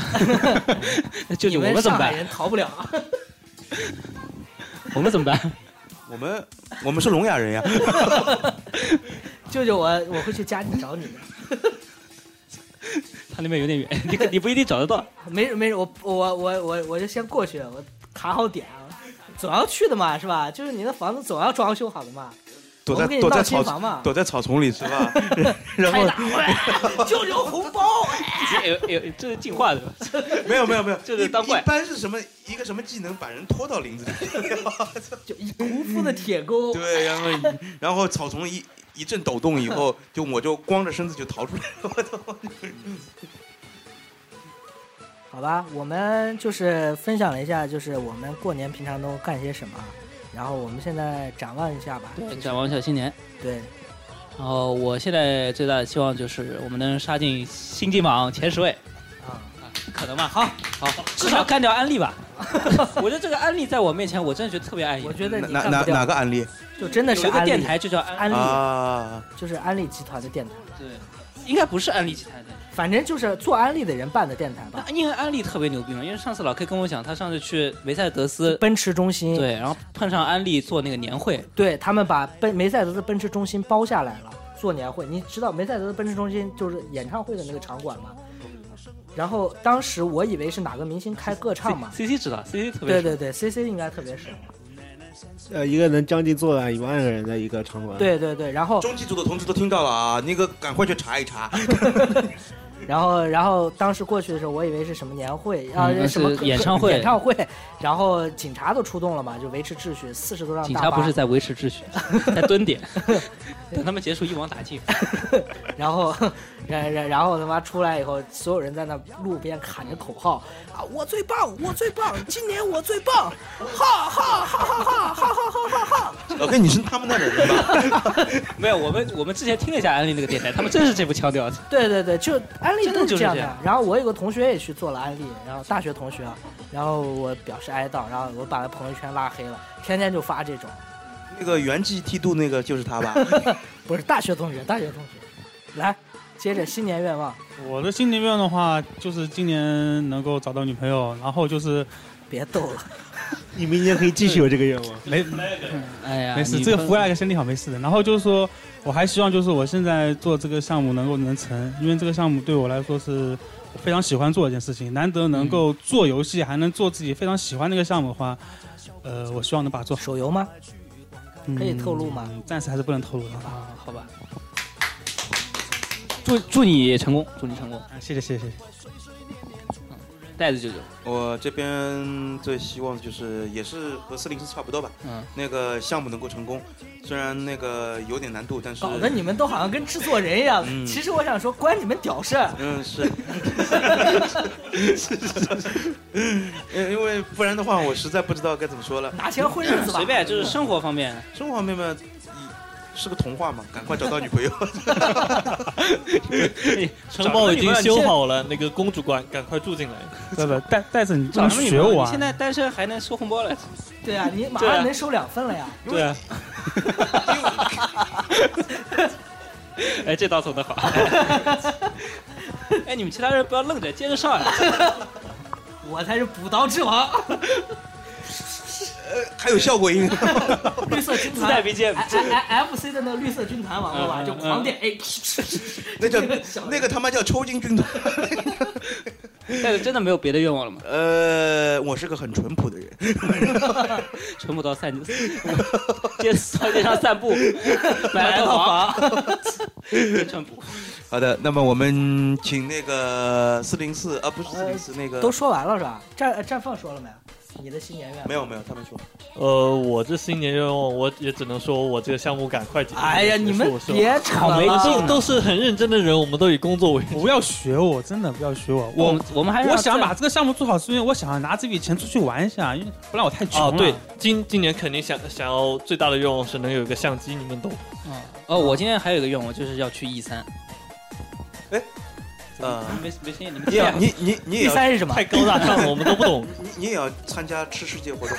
[SPEAKER 3] 那就
[SPEAKER 4] 你
[SPEAKER 3] 你我们怎么
[SPEAKER 4] 上海
[SPEAKER 3] 办？
[SPEAKER 4] 人逃不了 啊。
[SPEAKER 3] 我们怎么办？
[SPEAKER 5] 我们我们是聋哑人 呀，
[SPEAKER 4] 舅舅我我会去家里找你的。
[SPEAKER 3] 它那边有点远，你可你不一定找得到。
[SPEAKER 4] 没事没事，我我我我我就先过去，我卡好点啊，总要去的嘛，是吧？就是你的房子总要装修好的嘛，
[SPEAKER 5] 躲
[SPEAKER 4] 我
[SPEAKER 5] 在
[SPEAKER 4] 们给你
[SPEAKER 5] 躲在
[SPEAKER 4] 闹新
[SPEAKER 5] 草
[SPEAKER 4] 房嘛。
[SPEAKER 5] 躲在草丛里是 吧？然后
[SPEAKER 4] 舅舅红包，
[SPEAKER 3] 哎哎，哎 这是进化的吧？
[SPEAKER 5] 没有没有没有，
[SPEAKER 3] 就是
[SPEAKER 5] 一
[SPEAKER 3] 当怪
[SPEAKER 5] 一般是什么一个什么技能把人拖到林子里？
[SPEAKER 4] 就一屠夫的铁钩，
[SPEAKER 5] 对，然后然后草丛一一阵抖动以后，就我就光着身子就逃出来了。我操！
[SPEAKER 4] 好吧？我们就是分享了一下，就是我们过年平常都干些什么，然后我们现在展望一下吧。
[SPEAKER 3] 展望一下新年。
[SPEAKER 4] 对，
[SPEAKER 3] 然后我现在最大的希望就是我们能杀进新进榜前十位，
[SPEAKER 4] 啊，
[SPEAKER 3] 可能吧？好，好，至少干掉安利 吧。我觉得这个安利在我面前，我真的觉得特别安逸
[SPEAKER 4] 我。觉得你
[SPEAKER 5] 哪
[SPEAKER 4] 干
[SPEAKER 5] 哪
[SPEAKER 4] 不掉
[SPEAKER 5] 哪个案例
[SPEAKER 4] 就真的是
[SPEAKER 3] 有一个
[SPEAKER 4] 安利
[SPEAKER 3] 电，台就叫安，
[SPEAKER 4] 安利、
[SPEAKER 5] 啊？
[SPEAKER 4] 就是安利集团的电台，
[SPEAKER 3] 对，应该不是安利集团的。
[SPEAKER 4] 反正就是做安利的人办的电台 吧。
[SPEAKER 3] 那因为安利特别牛逼嘛，因为上次老 K 跟我讲，他上次去梅赛德斯，
[SPEAKER 4] 奔驰中心，
[SPEAKER 3] 对，然后碰上安利做那个年会，
[SPEAKER 4] 对他们把奔梅赛德斯奔驰中心包下来了，做年会。你知道梅赛德斯奔驰中心就是演唱会的那个场馆吗？然后当时我以为是哪个明星开歌唱嘛，
[SPEAKER 3] C C 知道，C C 特别嗯
[SPEAKER 4] 对对对，C C 应该特别熟，
[SPEAKER 8] 呃，一个人将近坐满一万个人的一个啊场馆。，
[SPEAKER 4] 对对对，然后
[SPEAKER 5] 中纪组的同志都听到了啊，那个赶快去查一查。
[SPEAKER 4] 然后然后当时过去的时候，我以为是什么年会，啊
[SPEAKER 3] 嗯
[SPEAKER 4] 什么
[SPEAKER 3] 是
[SPEAKER 4] 歌
[SPEAKER 3] 演唱会
[SPEAKER 4] 演唱会，然后警察都出动了嘛，就维持秩序，四十多辆
[SPEAKER 3] 警
[SPEAKER 4] 大
[SPEAKER 3] 察
[SPEAKER 4] 巴，
[SPEAKER 3] 不是在维持秩序，在蹲点， 等他们结束一网打尽。
[SPEAKER 4] 然后， 然然然后他妈出来以后，所有人在那路边喊着口号啊，我最棒，我最棒，今年我最棒，哈哈哈哈哈哈哈哈哈哈！
[SPEAKER 5] 老哥，你是他们那人吧？
[SPEAKER 3] 没有，我们我们之前听了一下安利那个电台，他们真是这副腔 调。
[SPEAKER 4] 对对对，就安利都
[SPEAKER 3] 真的就是
[SPEAKER 4] 这样
[SPEAKER 3] 这
[SPEAKER 4] 的
[SPEAKER 3] 样。
[SPEAKER 4] 然后我有个同学也去做了安利，然后大学同学啊，然后我表示哀悼，然后我把他朋友圈拉黑了，天天就发这种，
[SPEAKER 5] 那个原籍剃度那个就是他吧？
[SPEAKER 4] 不是大学同学，大学同学，来。接着新年愿望，
[SPEAKER 7] 我的新年愿望的话，就是今年能够找到女朋友，然后就是
[SPEAKER 4] 别逗了，
[SPEAKER 8] 你明年可以继续有这个愿望。
[SPEAKER 7] 没
[SPEAKER 3] 哎呀，
[SPEAKER 7] 没事，
[SPEAKER 3] 你
[SPEAKER 7] 这个福来个身体好没事的。然后就是说，我还希望就是我现在做这个项目能够能成，因为这个项目对我来说是我非常喜欢做的一件事情，难得能够做游戏还能做自己非常喜欢的一个项目的话，呃，我希望能把它做好。
[SPEAKER 4] 手游吗？
[SPEAKER 7] 嗯
[SPEAKER 4] 可以透露吗？
[SPEAKER 7] 暂时还是不能透露的。
[SPEAKER 3] 啊，好吧。祝祝你成功，祝你成功，
[SPEAKER 7] 啊，谢谢谢谢谢谢。
[SPEAKER 3] 袋子舅舅。
[SPEAKER 5] 我这边最希望就是也是和四零四差不多吧，
[SPEAKER 3] 嗯，
[SPEAKER 5] 那个项目能够成功，虽然那个有点难度，但是
[SPEAKER 4] 搞得你们都好像跟制作人一样。
[SPEAKER 5] 嗯
[SPEAKER 4] 其实我想说，关你们屌事儿。
[SPEAKER 5] 嗯是，是是是，因因为不然的话我实在不知道该怎么说了。
[SPEAKER 4] 拿钱混日子吧。
[SPEAKER 3] 随便，就是生活方面，
[SPEAKER 5] 生活方面嘛，是个童话嘛，赶快找到女朋友。
[SPEAKER 6] 城堡已经修好了，那个公主馆赶快住进来。
[SPEAKER 7] 对不，带带着你不
[SPEAKER 3] 找
[SPEAKER 7] 能
[SPEAKER 3] 什么女
[SPEAKER 7] 学
[SPEAKER 3] 朋友？你
[SPEAKER 7] 我啊
[SPEAKER 3] 现！在单身还能收红包了，
[SPEAKER 4] 对啊，你马
[SPEAKER 3] 对啊
[SPEAKER 4] 上能收两份了呀。
[SPEAKER 6] 对啊，
[SPEAKER 3] 哎，这倒走的好。哎，你们其他人不要愣着，接着上啊呀。
[SPEAKER 4] 我才是补刀之 王，
[SPEAKER 5] 还有效果音，
[SPEAKER 4] 绿色军
[SPEAKER 3] 自带
[SPEAKER 4] 团。
[SPEAKER 3] BGM，
[SPEAKER 4] 哎哎哎，FC 的那绿色军团网络吧，
[SPEAKER 3] 嗯嗯
[SPEAKER 4] 就狂点哎，
[SPEAKER 5] 那叫
[SPEAKER 4] 小
[SPEAKER 5] 那个他妈叫抽筋军团。
[SPEAKER 3] 但是真的没有别的愿望了吗？
[SPEAKER 5] 呃，我是个很淳朴的人，
[SPEAKER 3] 淳朴到散街到街上散步，买了套房，真淳朴。
[SPEAKER 5] 好的，那么我们请那个四零四啊，不是四零四，那个
[SPEAKER 4] 都说完了是吧？绽绽放说了没有？你的新年愿望
[SPEAKER 5] 没有没有，他们说
[SPEAKER 6] 呃，我这新年愿望，我也只能说我这个项目赶快解决。
[SPEAKER 4] 哎呀，你们
[SPEAKER 6] 我是我
[SPEAKER 4] 别吵
[SPEAKER 6] 我
[SPEAKER 4] 了
[SPEAKER 6] 们都
[SPEAKER 3] 啊
[SPEAKER 6] 都是很认真的人，我们都以工作为
[SPEAKER 7] 不要学我，真的不要学我。
[SPEAKER 3] 我
[SPEAKER 7] 我
[SPEAKER 3] 们我们还是要
[SPEAKER 7] 我想
[SPEAKER 3] 再
[SPEAKER 7] 哦哎把这个项目做好，是因为我想拿这笔钱出去玩一下，因为不然我太穷了。
[SPEAKER 6] 啊，对，今今年肯定想想要最大的愿望是能有一个相机，你
[SPEAKER 4] 啊
[SPEAKER 6] 们懂。
[SPEAKER 3] 嗯哦，我今天还有一个愿望，就是要去 E 三。
[SPEAKER 5] 啊，
[SPEAKER 3] 没没声音，你们
[SPEAKER 5] 你
[SPEAKER 3] 这
[SPEAKER 5] 也
[SPEAKER 3] 样
[SPEAKER 5] 你你你也
[SPEAKER 4] 第
[SPEAKER 5] 要
[SPEAKER 4] 三是什么？
[SPEAKER 6] 太高大上了，我们都不 懂。
[SPEAKER 5] 你你也要参加吃世界活动，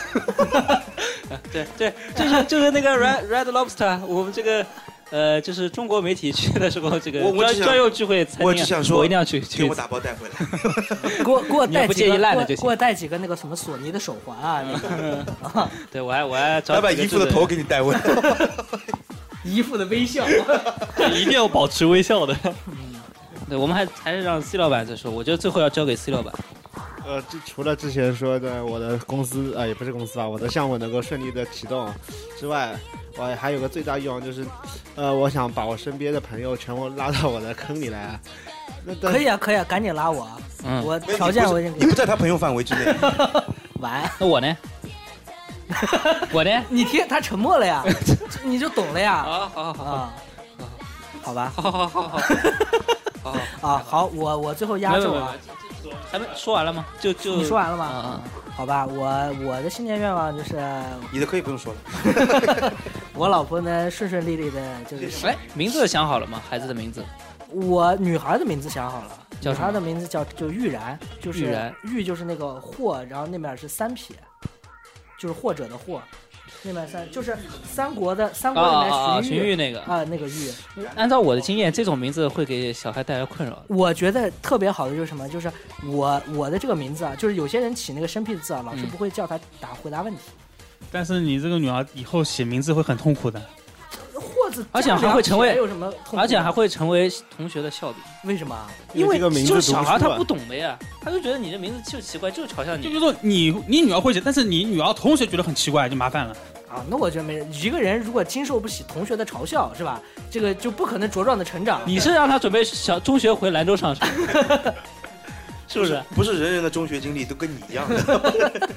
[SPEAKER 3] 对对，就是就是那个 Red Red Lobster，我们这个呃，就是中国媒体去的时候，这个
[SPEAKER 5] 我我
[SPEAKER 3] 专
[SPEAKER 5] 只想
[SPEAKER 3] 专用聚会餐厅啊，
[SPEAKER 5] 我只想说
[SPEAKER 3] 我一定要去去
[SPEAKER 5] 给
[SPEAKER 3] 一
[SPEAKER 5] 我
[SPEAKER 3] 次。
[SPEAKER 5] 打包带回来。
[SPEAKER 4] 给我给我
[SPEAKER 3] 你要
[SPEAKER 4] 带
[SPEAKER 3] 不
[SPEAKER 4] 几
[SPEAKER 3] 介
[SPEAKER 4] 个，
[SPEAKER 3] 意烂
[SPEAKER 4] 给
[SPEAKER 3] 的
[SPEAKER 4] 我
[SPEAKER 3] 就嗯
[SPEAKER 4] 给我带几个那个什么索尼的手环啊， 那个
[SPEAKER 3] 对，我还我还找
[SPEAKER 5] 来把
[SPEAKER 3] 几个
[SPEAKER 5] 姨父的
[SPEAKER 3] 这个
[SPEAKER 5] 头给你 带回来。
[SPEAKER 4] 姨父的微笑。
[SPEAKER 6] 一定要保持微笑 的。
[SPEAKER 3] 对，我们还还是让 C 老板再说，我觉得最后要交给 C 老板。
[SPEAKER 8] 呃，这除了之前说的我的公司啊、也不是公司吧，我的项目能够顺利的启动啊之外，我还有个最大愿望就是，呃，我想把我身边的朋友全部拉到我的坑里来。那但
[SPEAKER 4] 可以啊，可以啊，赶紧拉我啊！
[SPEAKER 3] 嗯，
[SPEAKER 4] 我条件我已经
[SPEAKER 5] 你
[SPEAKER 4] 给
[SPEAKER 5] 不在他朋友范围之内，
[SPEAKER 4] 完。
[SPEAKER 3] 那我呢？我呢？
[SPEAKER 4] 你听他沉默 了呀，你就懂了呀。
[SPEAKER 3] 好好好
[SPEAKER 4] 啊，好吧，
[SPEAKER 3] 好好好好好，
[SPEAKER 4] 啊，好，我我最后压
[SPEAKER 3] 没
[SPEAKER 4] 轴
[SPEAKER 3] 有没
[SPEAKER 4] 啊
[SPEAKER 3] 有，，咱们说完了吗？就就
[SPEAKER 4] 你说完了
[SPEAKER 3] 啊
[SPEAKER 4] 吗？
[SPEAKER 3] 啊，
[SPEAKER 4] 好吧，我我的新年愿望就是
[SPEAKER 5] 你的可以不用说了。
[SPEAKER 4] 我老婆能顺顺利利的，就是
[SPEAKER 3] 哎，名字想好了吗？孩子的名字
[SPEAKER 4] 我女孩的名字想好了，
[SPEAKER 3] 叫
[SPEAKER 4] 女
[SPEAKER 3] 什么
[SPEAKER 4] 孩的名字叫就玉然，就
[SPEAKER 3] 玉
[SPEAKER 4] 是
[SPEAKER 3] 然
[SPEAKER 4] 玉就是那个霍，然后那面是三撇，就是或者的或，那面三就是三国的三国里
[SPEAKER 3] 啊啊啊！
[SPEAKER 4] 面
[SPEAKER 3] 荀
[SPEAKER 4] 荀彧
[SPEAKER 3] 彧那个，
[SPEAKER 4] 啊那个玉，
[SPEAKER 3] 按照我的经验，这种名字会给小孩带来困扰的。
[SPEAKER 4] 我觉得特别好的就是什么，就是我我的这个名字啊，就是有些人起那个生僻字啊，老师
[SPEAKER 3] 嗯
[SPEAKER 4] 不会叫他答回答问题，
[SPEAKER 7] 但是你这个女儿以后写名字会很痛苦的。
[SPEAKER 4] 或者
[SPEAKER 3] 而且还会成为
[SPEAKER 4] 有什么痛苦？
[SPEAKER 3] 而且还会成为同学的笑柄，
[SPEAKER 4] 为什么啊？
[SPEAKER 8] 因为这个名字
[SPEAKER 3] 就是小孩
[SPEAKER 8] 读不出
[SPEAKER 3] 他
[SPEAKER 8] 来
[SPEAKER 3] 不懂的呀，他就觉得你这名字就奇怪，就是嘲笑
[SPEAKER 7] 嗯就
[SPEAKER 3] 你
[SPEAKER 7] 比如。说你你女儿会写，但是你女儿同学觉得很奇怪，就麻烦了。
[SPEAKER 4] 啊，那我觉得没人。一个人如果经受不起同学的嘲笑，是吧？这个就不可能茁壮的成长。
[SPEAKER 3] 你是让他准备小中学回兰州上学，是不是？
[SPEAKER 5] 不是人人的中学经历都跟你一样的。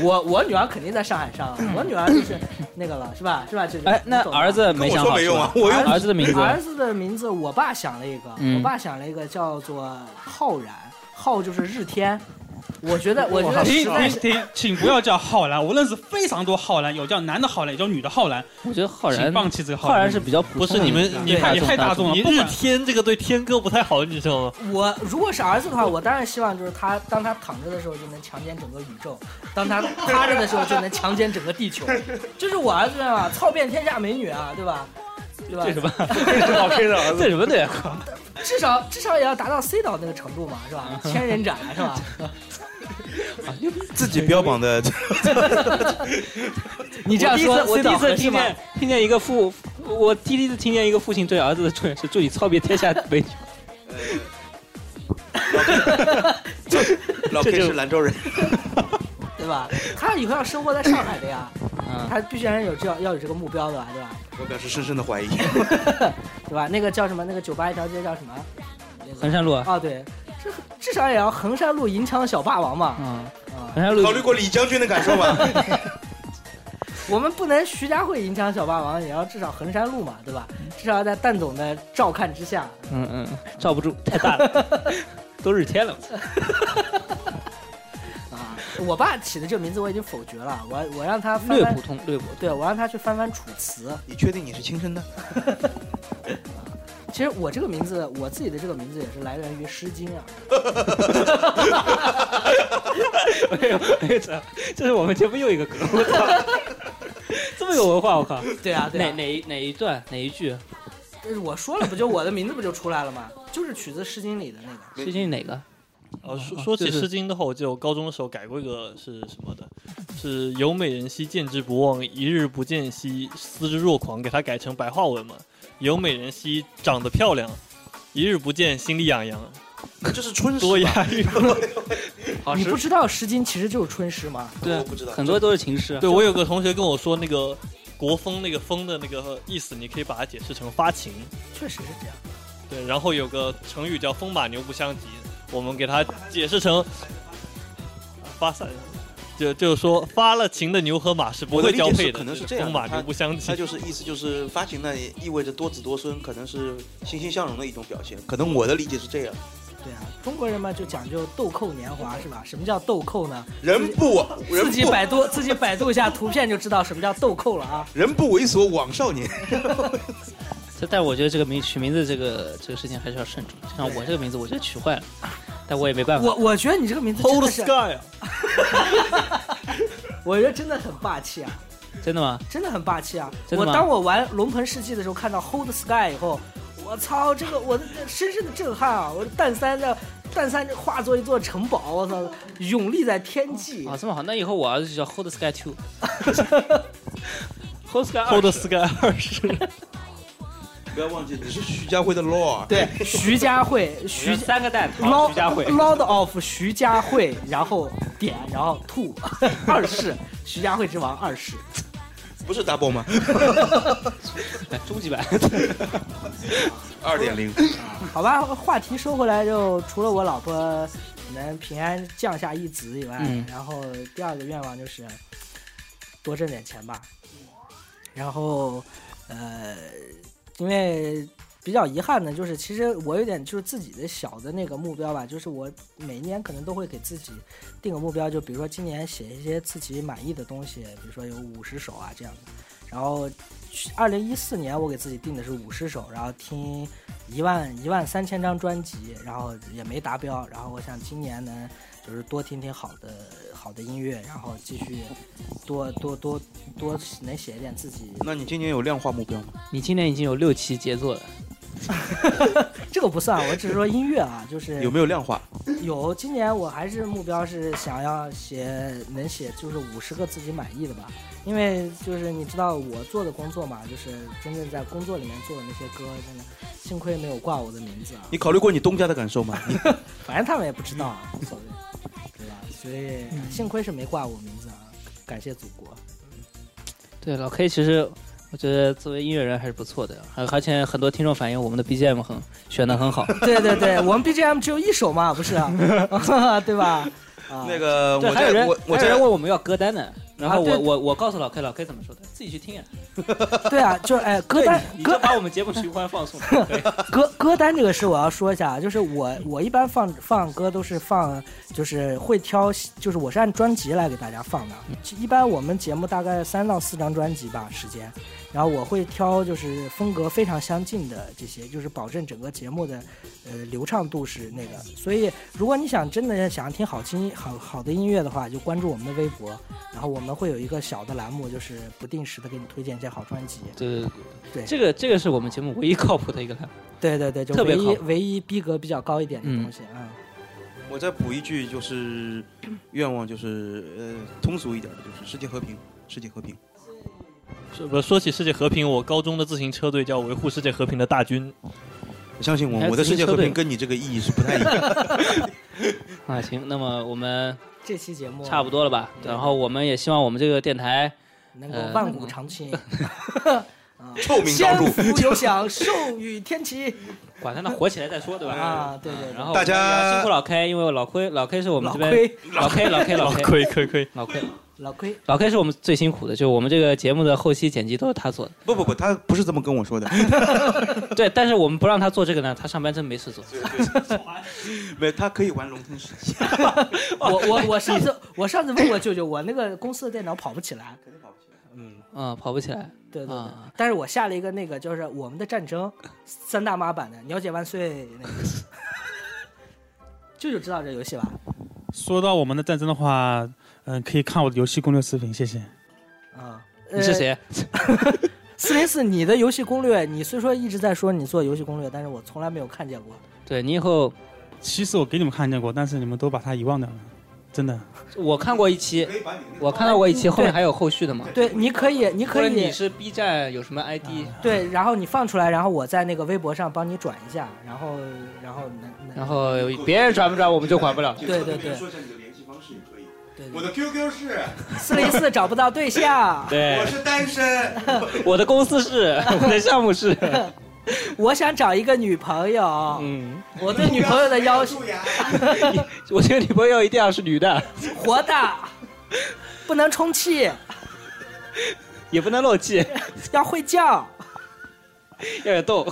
[SPEAKER 4] 我我女儿肯定在上海上，我女儿就是 那个了，是吧？是吧？就
[SPEAKER 3] 哎，那儿。子
[SPEAKER 5] 跟
[SPEAKER 3] 没
[SPEAKER 5] 我
[SPEAKER 3] 想
[SPEAKER 5] 说
[SPEAKER 3] 好
[SPEAKER 5] 没
[SPEAKER 3] 是
[SPEAKER 5] 用啊
[SPEAKER 3] 吧？，
[SPEAKER 5] 我用
[SPEAKER 3] 儿子的名
[SPEAKER 4] 你
[SPEAKER 3] 字
[SPEAKER 4] 懂了儿子的名字，我爸想了一个，
[SPEAKER 3] 嗯
[SPEAKER 4] 我爸想了一个叫做浩然，浩就是日天。我觉得，我觉得实
[SPEAKER 7] 停
[SPEAKER 4] 在
[SPEAKER 7] 停
[SPEAKER 4] 是
[SPEAKER 7] 停，请不要叫浩然，我认识非常多浩然，有叫男的浩然，有叫女的浩然，
[SPEAKER 3] 我觉得浩
[SPEAKER 7] 请
[SPEAKER 3] 然，
[SPEAKER 7] 放弃这个浩嗯
[SPEAKER 3] 浩然是比较普
[SPEAKER 6] 不
[SPEAKER 3] 通
[SPEAKER 6] 是
[SPEAKER 3] 的
[SPEAKER 6] 你
[SPEAKER 3] 名字，
[SPEAKER 6] 们，你
[SPEAKER 7] 对
[SPEAKER 6] 太
[SPEAKER 7] 你太大众了
[SPEAKER 6] 你
[SPEAKER 7] 不
[SPEAKER 6] 日
[SPEAKER 7] 管
[SPEAKER 6] 天这个对天哥不太好，你知道吗？
[SPEAKER 4] 我如果是儿子的话，我当然希望就是他，当他躺着的时候就能强奸整个宇宙，当他趴着的时候就能强奸整个地球，这是我儿子啊，操遍天下美女啊，对吧？对吧？
[SPEAKER 3] 这什 么？
[SPEAKER 8] 好坑的儿子
[SPEAKER 3] 这什么对？
[SPEAKER 4] 啊 至少至少也要达到 C 岛那个程度嘛，是吧？千人斩是吧？
[SPEAKER 5] 自己标榜的，
[SPEAKER 4] 你这样说，
[SPEAKER 3] 我第一次我第一次
[SPEAKER 4] 是
[SPEAKER 3] 听
[SPEAKER 4] 吗？
[SPEAKER 3] 见听见一个父，我第一次听见一个父亲对儿子的祝愿是祝你操遍天下美女。
[SPEAKER 5] 老 K 是兰州人，
[SPEAKER 4] 对吧？他以后要生活在上海的呀，
[SPEAKER 3] 嗯，
[SPEAKER 4] 他必须还是有这要有这个目标的吧，对吧？
[SPEAKER 5] 我表示深深的怀 疑。
[SPEAKER 4] 对吧？那个叫什么？那个酒吧一条街叫什么？
[SPEAKER 3] 衡山路啊，
[SPEAKER 4] 啊，对，这至少也要衡山路银枪小霸王嘛。
[SPEAKER 3] 嗯，
[SPEAKER 4] 啊，
[SPEAKER 3] 衡山路
[SPEAKER 5] 考虑过李将军的感受吗？
[SPEAKER 4] 我们不能徐家汇银枪小霸王，也要至少衡山路嘛，对吧？至少要在蛋总的照看之下。
[SPEAKER 3] 嗯嗯，罩 不住，太大了，都日天了。我操
[SPEAKER 4] 啊，我爸起的这个名字我已经否决了，我我让他翻
[SPEAKER 3] 略
[SPEAKER 4] 翻
[SPEAKER 3] 普，通，略普通。
[SPEAKER 4] 对我让他去翻翻《楚辞》。
[SPEAKER 5] 你确定你是亲生的？
[SPEAKER 4] 其实我这个名字，我自己的这个名字也是来源于《诗经》啊。
[SPEAKER 3] 哎呦，我操！这是我们节目又一个梗，我操！ 这么有文化，我靠！
[SPEAKER 4] 对啊，对
[SPEAKER 3] 哪
[SPEAKER 4] 啊。
[SPEAKER 3] 哪一哪一段哪一句？
[SPEAKER 4] 就是我说了，不就我的名字不就出来了吗？就是取自《诗经》里的那个。
[SPEAKER 3] 最近哪个？
[SPEAKER 6] 呃，说
[SPEAKER 3] 哦
[SPEAKER 6] 说起
[SPEAKER 3] 就是
[SPEAKER 6] 《诗经》的话，我记得我高中的时候改过一个是什么的，是“有美人兮，见之不忘；一日不见兮，思之若狂”，给它改成白话文嘛，“有美人兮，长得漂亮；一日不见，心里痒痒
[SPEAKER 5] 这是春”，
[SPEAKER 6] 多
[SPEAKER 5] 诗吧？
[SPEAKER 6] 押韵。
[SPEAKER 3] 好
[SPEAKER 4] 你
[SPEAKER 3] 诗
[SPEAKER 4] 不，知道《诗经》其实就是《春诗》吗？
[SPEAKER 3] 对
[SPEAKER 5] 我，不知道。
[SPEAKER 3] 很多都是情诗。啊
[SPEAKER 6] 对我有个同学跟我说，那个国风那个风的那个意思，你可以把它解释成发情。
[SPEAKER 4] 确实是这样。
[SPEAKER 6] 对，然后有个成语叫“风马牛不相及”，我们给它解释成发散，就就是说发了情的牛和马是不
[SPEAKER 5] 我的
[SPEAKER 6] 会
[SPEAKER 5] 理解
[SPEAKER 6] 交配
[SPEAKER 5] 是
[SPEAKER 6] 的，
[SPEAKER 5] 可能是
[SPEAKER 6] 就
[SPEAKER 5] 这样
[SPEAKER 6] 风
[SPEAKER 5] 的
[SPEAKER 6] 马
[SPEAKER 5] 它
[SPEAKER 6] 牛不相及
[SPEAKER 5] 它。就是意思就是发情呢，也意味着多子多孙，可能是欣欣向荣的一种表现。可能我的理解是这样：
[SPEAKER 4] 对啊，中国人嘛就讲究豆蔻年华是吧？什么叫豆蔻呢？
[SPEAKER 5] 人不人
[SPEAKER 4] 自己
[SPEAKER 5] 不
[SPEAKER 4] 百度自己百度一下图片就知道什么叫豆蔻了啊！
[SPEAKER 5] 人不猥琐枉少年。
[SPEAKER 3] 这但我觉得这个名取名字这个这个事情还是要慎重。就像我这个名字，我觉得取坏了，但我也没办法。
[SPEAKER 4] 我我觉得你这个名字真
[SPEAKER 6] Hold
[SPEAKER 4] 的
[SPEAKER 6] the
[SPEAKER 4] 是，
[SPEAKER 6] sky 啊！
[SPEAKER 3] 啊
[SPEAKER 4] 我觉得真的很霸气啊，
[SPEAKER 3] 真的吗？
[SPEAKER 4] 真的很霸气啊！
[SPEAKER 3] 真
[SPEAKER 4] 我
[SPEAKER 3] 的吗
[SPEAKER 4] 当我玩龙盆世纪的时候，看到 Hold the Sky 以后，我操，这个我的深深的震撼啊！我蛋三的蛋三化作一座城堡，我操，永立在天际
[SPEAKER 3] 啊，。这么好，那以后我儿子就叫 Hold Sky Two。Hold Sky 二
[SPEAKER 6] Hold the sky 二十，
[SPEAKER 5] 不要忘记，你是徐家汇的 law。啊
[SPEAKER 4] 对，徐 家汇，
[SPEAKER 3] 徐
[SPEAKER 4] 徐
[SPEAKER 3] 三个蛋
[SPEAKER 4] 捞
[SPEAKER 3] 唐徐家汇。
[SPEAKER 4] Lord of 徐家汇，然后点，然后吐， 二世徐家汇之王二世。
[SPEAKER 5] 不是 double 吗？
[SPEAKER 3] 终极版。
[SPEAKER 5] 二点零。
[SPEAKER 4] 好吧，话题说回来就，除了我老婆能平安降下一子以外，
[SPEAKER 3] 嗯
[SPEAKER 4] 然后第二个愿望就是多挣点钱吧。然后，呃，因为比较遗憾的就是，其实我有点就是自己的小的那个目标吧，就是我每年可能都会给自己定个目标，就比如说今年写一些自己满意的东西，比如说有五十首啊这样的。然后，二零一四年我给自己定的是五十首，然后听一万一万三千张专辑，然后也没达标。然后我想今年能就是多听听好的好的音乐，然后继续多多多多能写一点自己。
[SPEAKER 5] 那你今年有量化目标吗？
[SPEAKER 3] 你今年已经有六期杰作了，
[SPEAKER 4] 这个不算，我只是说音乐 啊，就是
[SPEAKER 5] 有没有量化？
[SPEAKER 4] 有今年我还是目标是想要写能写就是五十个自己满意的吧，因为就是你知道我做的工作嘛，就是真正在工作里面做的那些歌，真的幸亏没有挂我的名字啊。
[SPEAKER 5] 你考虑过你东家的感受吗？你
[SPEAKER 4] 反正他们也不知道，
[SPEAKER 5] 嗯
[SPEAKER 4] 无所谓，对吧？所以幸亏是没挂我名字啊，
[SPEAKER 5] 嗯
[SPEAKER 4] 感谢祖国。
[SPEAKER 3] 对老 K，其实我觉得作为音乐人还是不错的，啊而而且很多听众反映我们的 BGM 很选的很好。
[SPEAKER 4] 对对对，我们 BGM 只有一首嘛，不是啊， 对吧？啊，
[SPEAKER 5] 那个，
[SPEAKER 3] 对，
[SPEAKER 5] 我
[SPEAKER 3] 还有
[SPEAKER 5] 在
[SPEAKER 3] 人
[SPEAKER 5] 我我
[SPEAKER 3] 还有
[SPEAKER 5] 在
[SPEAKER 3] 人问我们要歌单呢，然后
[SPEAKER 4] 啊
[SPEAKER 3] 我、
[SPEAKER 4] 对
[SPEAKER 3] 我我告诉老 K，老 K 怎么说的，自己去听啊。
[SPEAKER 4] 对啊，就哎，歌单
[SPEAKER 3] 你
[SPEAKER 4] 歌
[SPEAKER 3] 就把我们节目循环放 送。
[SPEAKER 4] 歌歌单这个事我要说一下，啊就是我我一般放放歌都是放，就是会挑，就是我是按专辑来给大家放的。
[SPEAKER 3] 嗯
[SPEAKER 4] 一般我们节目大概三到四张专辑吧时间，然后我会挑就是风格非常相近的这些，就是保证整个节目的呃流畅度是那个。所以如果你想真的想听好听好好的音乐的话，就关注我们的微博，然后我们会有一个小的栏目，就是不定时的给你推荐一些好专辑。
[SPEAKER 3] 对对对
[SPEAKER 4] 对
[SPEAKER 3] 这个这个是我们节目唯一靠谱的一个栏目。
[SPEAKER 4] 对对对，就
[SPEAKER 3] 特别
[SPEAKER 4] 唯一
[SPEAKER 3] 靠
[SPEAKER 4] 唯一逼格比较高一点的东西啊。嗯
[SPEAKER 5] 我再补一句，就是愿望，就是呃通俗一点的，就是世界和平，世界和平。
[SPEAKER 6] 是不说起世界和平，我高中的自行车队叫维护世界和平的大军。
[SPEAKER 5] 相信
[SPEAKER 3] 还
[SPEAKER 5] 我，
[SPEAKER 3] 有
[SPEAKER 5] 我的世界和
[SPEAKER 3] 哎自行车队
[SPEAKER 5] 平跟你这个意义是不太一 样的。
[SPEAKER 3] 啊，行，那么我们
[SPEAKER 4] 这期节目
[SPEAKER 3] 差不多了吧？
[SPEAKER 4] 对
[SPEAKER 3] 然后我们也希望我们这个电台，
[SPEAKER 4] 能
[SPEAKER 3] 呃
[SPEAKER 4] 够万古长青，
[SPEAKER 5] 臭名
[SPEAKER 4] 先
[SPEAKER 5] 昭著，
[SPEAKER 4] 福有享，寿与 天齐
[SPEAKER 3] 管他呢，火起来再说，对吧？
[SPEAKER 4] 啊！对对，
[SPEAKER 3] 哎然后
[SPEAKER 5] 大家
[SPEAKER 3] 我们也辛苦老 K，因为老亏老 K 是我们
[SPEAKER 4] 老
[SPEAKER 3] 这边
[SPEAKER 4] 亏
[SPEAKER 3] 老 K 老 K 老 K
[SPEAKER 6] 亏亏亏，
[SPEAKER 3] 老 K
[SPEAKER 4] 老 亏，
[SPEAKER 3] 老 K 是我们最辛苦的，就是我们这个节目的后期剪辑都是他做的。
[SPEAKER 5] 不不不，他不是这么跟我说的。
[SPEAKER 3] 对，但是我们不让他做这个呢，他上班真没事做。
[SPEAKER 5] 没，他可以玩龙腾世纪，
[SPEAKER 4] 我我我上次我上次问过舅舅，我那个公司的电脑跑不起来，
[SPEAKER 3] 嗯，跑不起来。
[SPEAKER 4] 对对对
[SPEAKER 3] 啊，
[SPEAKER 4] 但是我下了一个那个就是我们的战争三大妈版的《鸟姐万岁》那个， 舅舅知道这游戏吧？
[SPEAKER 7] 说到我们的战争的话，嗯、可以看我的游戏攻略视频，谢谢。
[SPEAKER 4] 啊，
[SPEAKER 3] 嗯你是？谁？
[SPEAKER 4] 四零四，你的游戏攻略，你虽说一直在说你做游戏攻略，但是我从来没有看见过。
[SPEAKER 3] 对你以后
[SPEAKER 7] 其实我给你们看见过，但是你们都把它遗忘掉了，真的。
[SPEAKER 3] 我看过一期，我看到过一期，后面还有后续的嘛？
[SPEAKER 4] 对，你可以，你
[SPEAKER 3] 或
[SPEAKER 4] 可
[SPEAKER 3] 者
[SPEAKER 4] 以，啊
[SPEAKER 3] 你是 B 站有什么 ID？
[SPEAKER 4] 对，然后你放出来，然后我在那个微博上帮你转一下，然后，然后能，能
[SPEAKER 3] 然后别人转不转我们就管不了。
[SPEAKER 4] 对对对
[SPEAKER 5] 一下你的联系方式也可以。
[SPEAKER 4] 对
[SPEAKER 5] 的 QQ 是，
[SPEAKER 4] 四零四找不到对象，
[SPEAKER 3] 对，
[SPEAKER 5] 是单身。
[SPEAKER 3] 我的公司是，我的项目是，
[SPEAKER 4] 我想找一个女朋友，
[SPEAKER 3] 嗯，
[SPEAKER 4] 我对女朋友的 要求
[SPEAKER 3] 我这个女朋友一定要是女的，
[SPEAKER 4] 活的，不能充气，
[SPEAKER 3] 也不能漏气，
[SPEAKER 4] 要会叫。
[SPEAKER 3] 要有逗。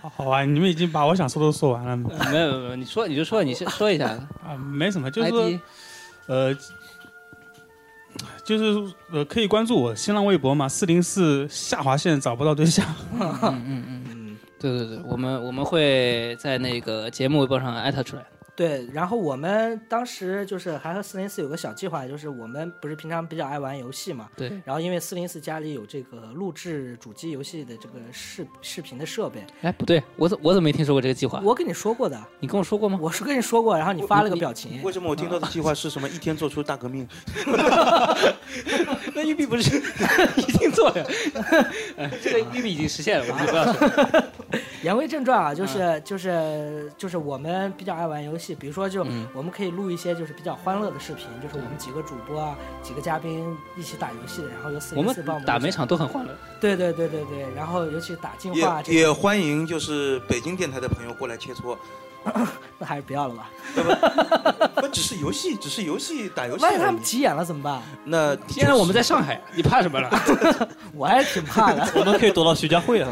[SPEAKER 7] 好好啊，你们已经把我想说的都说完 了嗯
[SPEAKER 3] 没有没有，你说你就说，你先说一 下
[SPEAKER 7] 啊，没什么，就是说
[SPEAKER 3] ID。
[SPEAKER 7] 呃，就是呃，可以关注我新浪微博嘛，四零四下划线找不到对象。
[SPEAKER 3] 对对对，我们我们会在那个节目微博上艾特出来。
[SPEAKER 4] 对，然后我们当时就是还和四零四有个小计划，就是我们不是平常比较爱玩游戏嘛，
[SPEAKER 3] 对，
[SPEAKER 4] 然后因为四零四家里有这个录制主机游戏的这个视视频的设备，
[SPEAKER 3] 哎，不对，我怎我怎么没听说过这个计划？
[SPEAKER 4] 我跟你说过的，
[SPEAKER 3] 你跟我说过吗？
[SPEAKER 4] 我是跟你说过，然后你发了个表情，
[SPEAKER 5] 为什么我听到的计划是什么？一天做出 大革命？
[SPEAKER 3] 那玉碧不是已经做了？哎 这个玉碧已经实 现了，我们就不要说。
[SPEAKER 4] 言归正传啊，
[SPEAKER 3] 嗯
[SPEAKER 4] 就是就是就是我们比较爱玩游戏，比如说就
[SPEAKER 3] 嗯
[SPEAKER 4] 我们可以录一些就是比较欢乐的视频，就是我们几个主播啊、几个嘉宾一起打游戏，然后由四
[SPEAKER 3] 我
[SPEAKER 4] 零
[SPEAKER 3] 们
[SPEAKER 4] 四帮我们
[SPEAKER 3] 打每，场都很欢乐。
[SPEAKER 4] 对对对对对，然后尤其打进
[SPEAKER 5] 也
[SPEAKER 4] 化这
[SPEAKER 5] 也
[SPEAKER 4] 个，
[SPEAKER 5] 欢迎就是北京电台的朋友过来切磋。
[SPEAKER 4] 那还是不要了吧，
[SPEAKER 5] 不只是游戏，只是游戏打游戏
[SPEAKER 4] 万一
[SPEAKER 5] 而
[SPEAKER 4] 他们
[SPEAKER 5] 已。
[SPEAKER 4] 急眼了怎么办？
[SPEAKER 5] 那
[SPEAKER 3] 现在我们在上海，你怕什么了？
[SPEAKER 4] 我还是挺怕的。
[SPEAKER 6] 我们可以躲到徐家汇啊。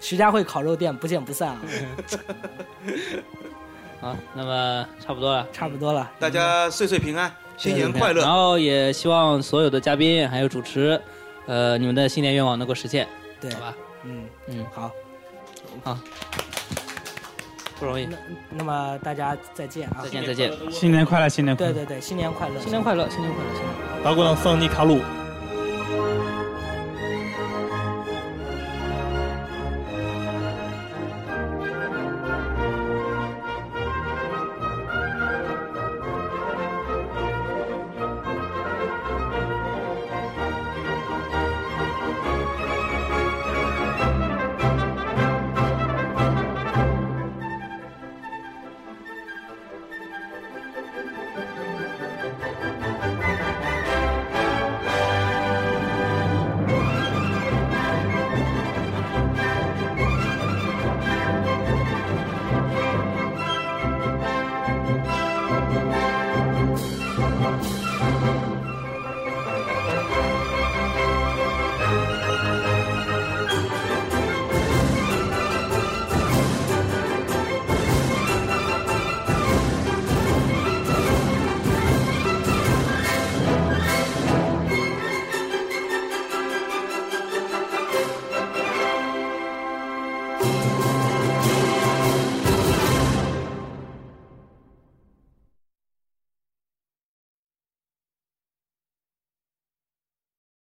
[SPEAKER 4] 徐家汇烤肉店不见不散啊，
[SPEAKER 3] 啊，那么差不多了。
[SPEAKER 4] 差不多了。
[SPEAKER 5] 大家岁岁平安，新年 快
[SPEAKER 3] 然
[SPEAKER 5] 乐。
[SPEAKER 3] 后也希望所有的嘉宾还有主持，呃，你们的新年愿望能够实现，
[SPEAKER 4] 对
[SPEAKER 3] 好，吧？
[SPEAKER 4] 嗯
[SPEAKER 3] 嗯
[SPEAKER 4] 好，
[SPEAKER 3] 不容易，
[SPEAKER 4] 那那么大家再见啊，
[SPEAKER 3] 再见再见，
[SPEAKER 7] 新年快乐，新年快
[SPEAKER 4] 对
[SPEAKER 7] 乐。
[SPEAKER 4] 对对，新年快乐，
[SPEAKER 3] 新年快乐，新年快乐，新年快乐。
[SPEAKER 6] 打鼓郎桑尼卡鲁。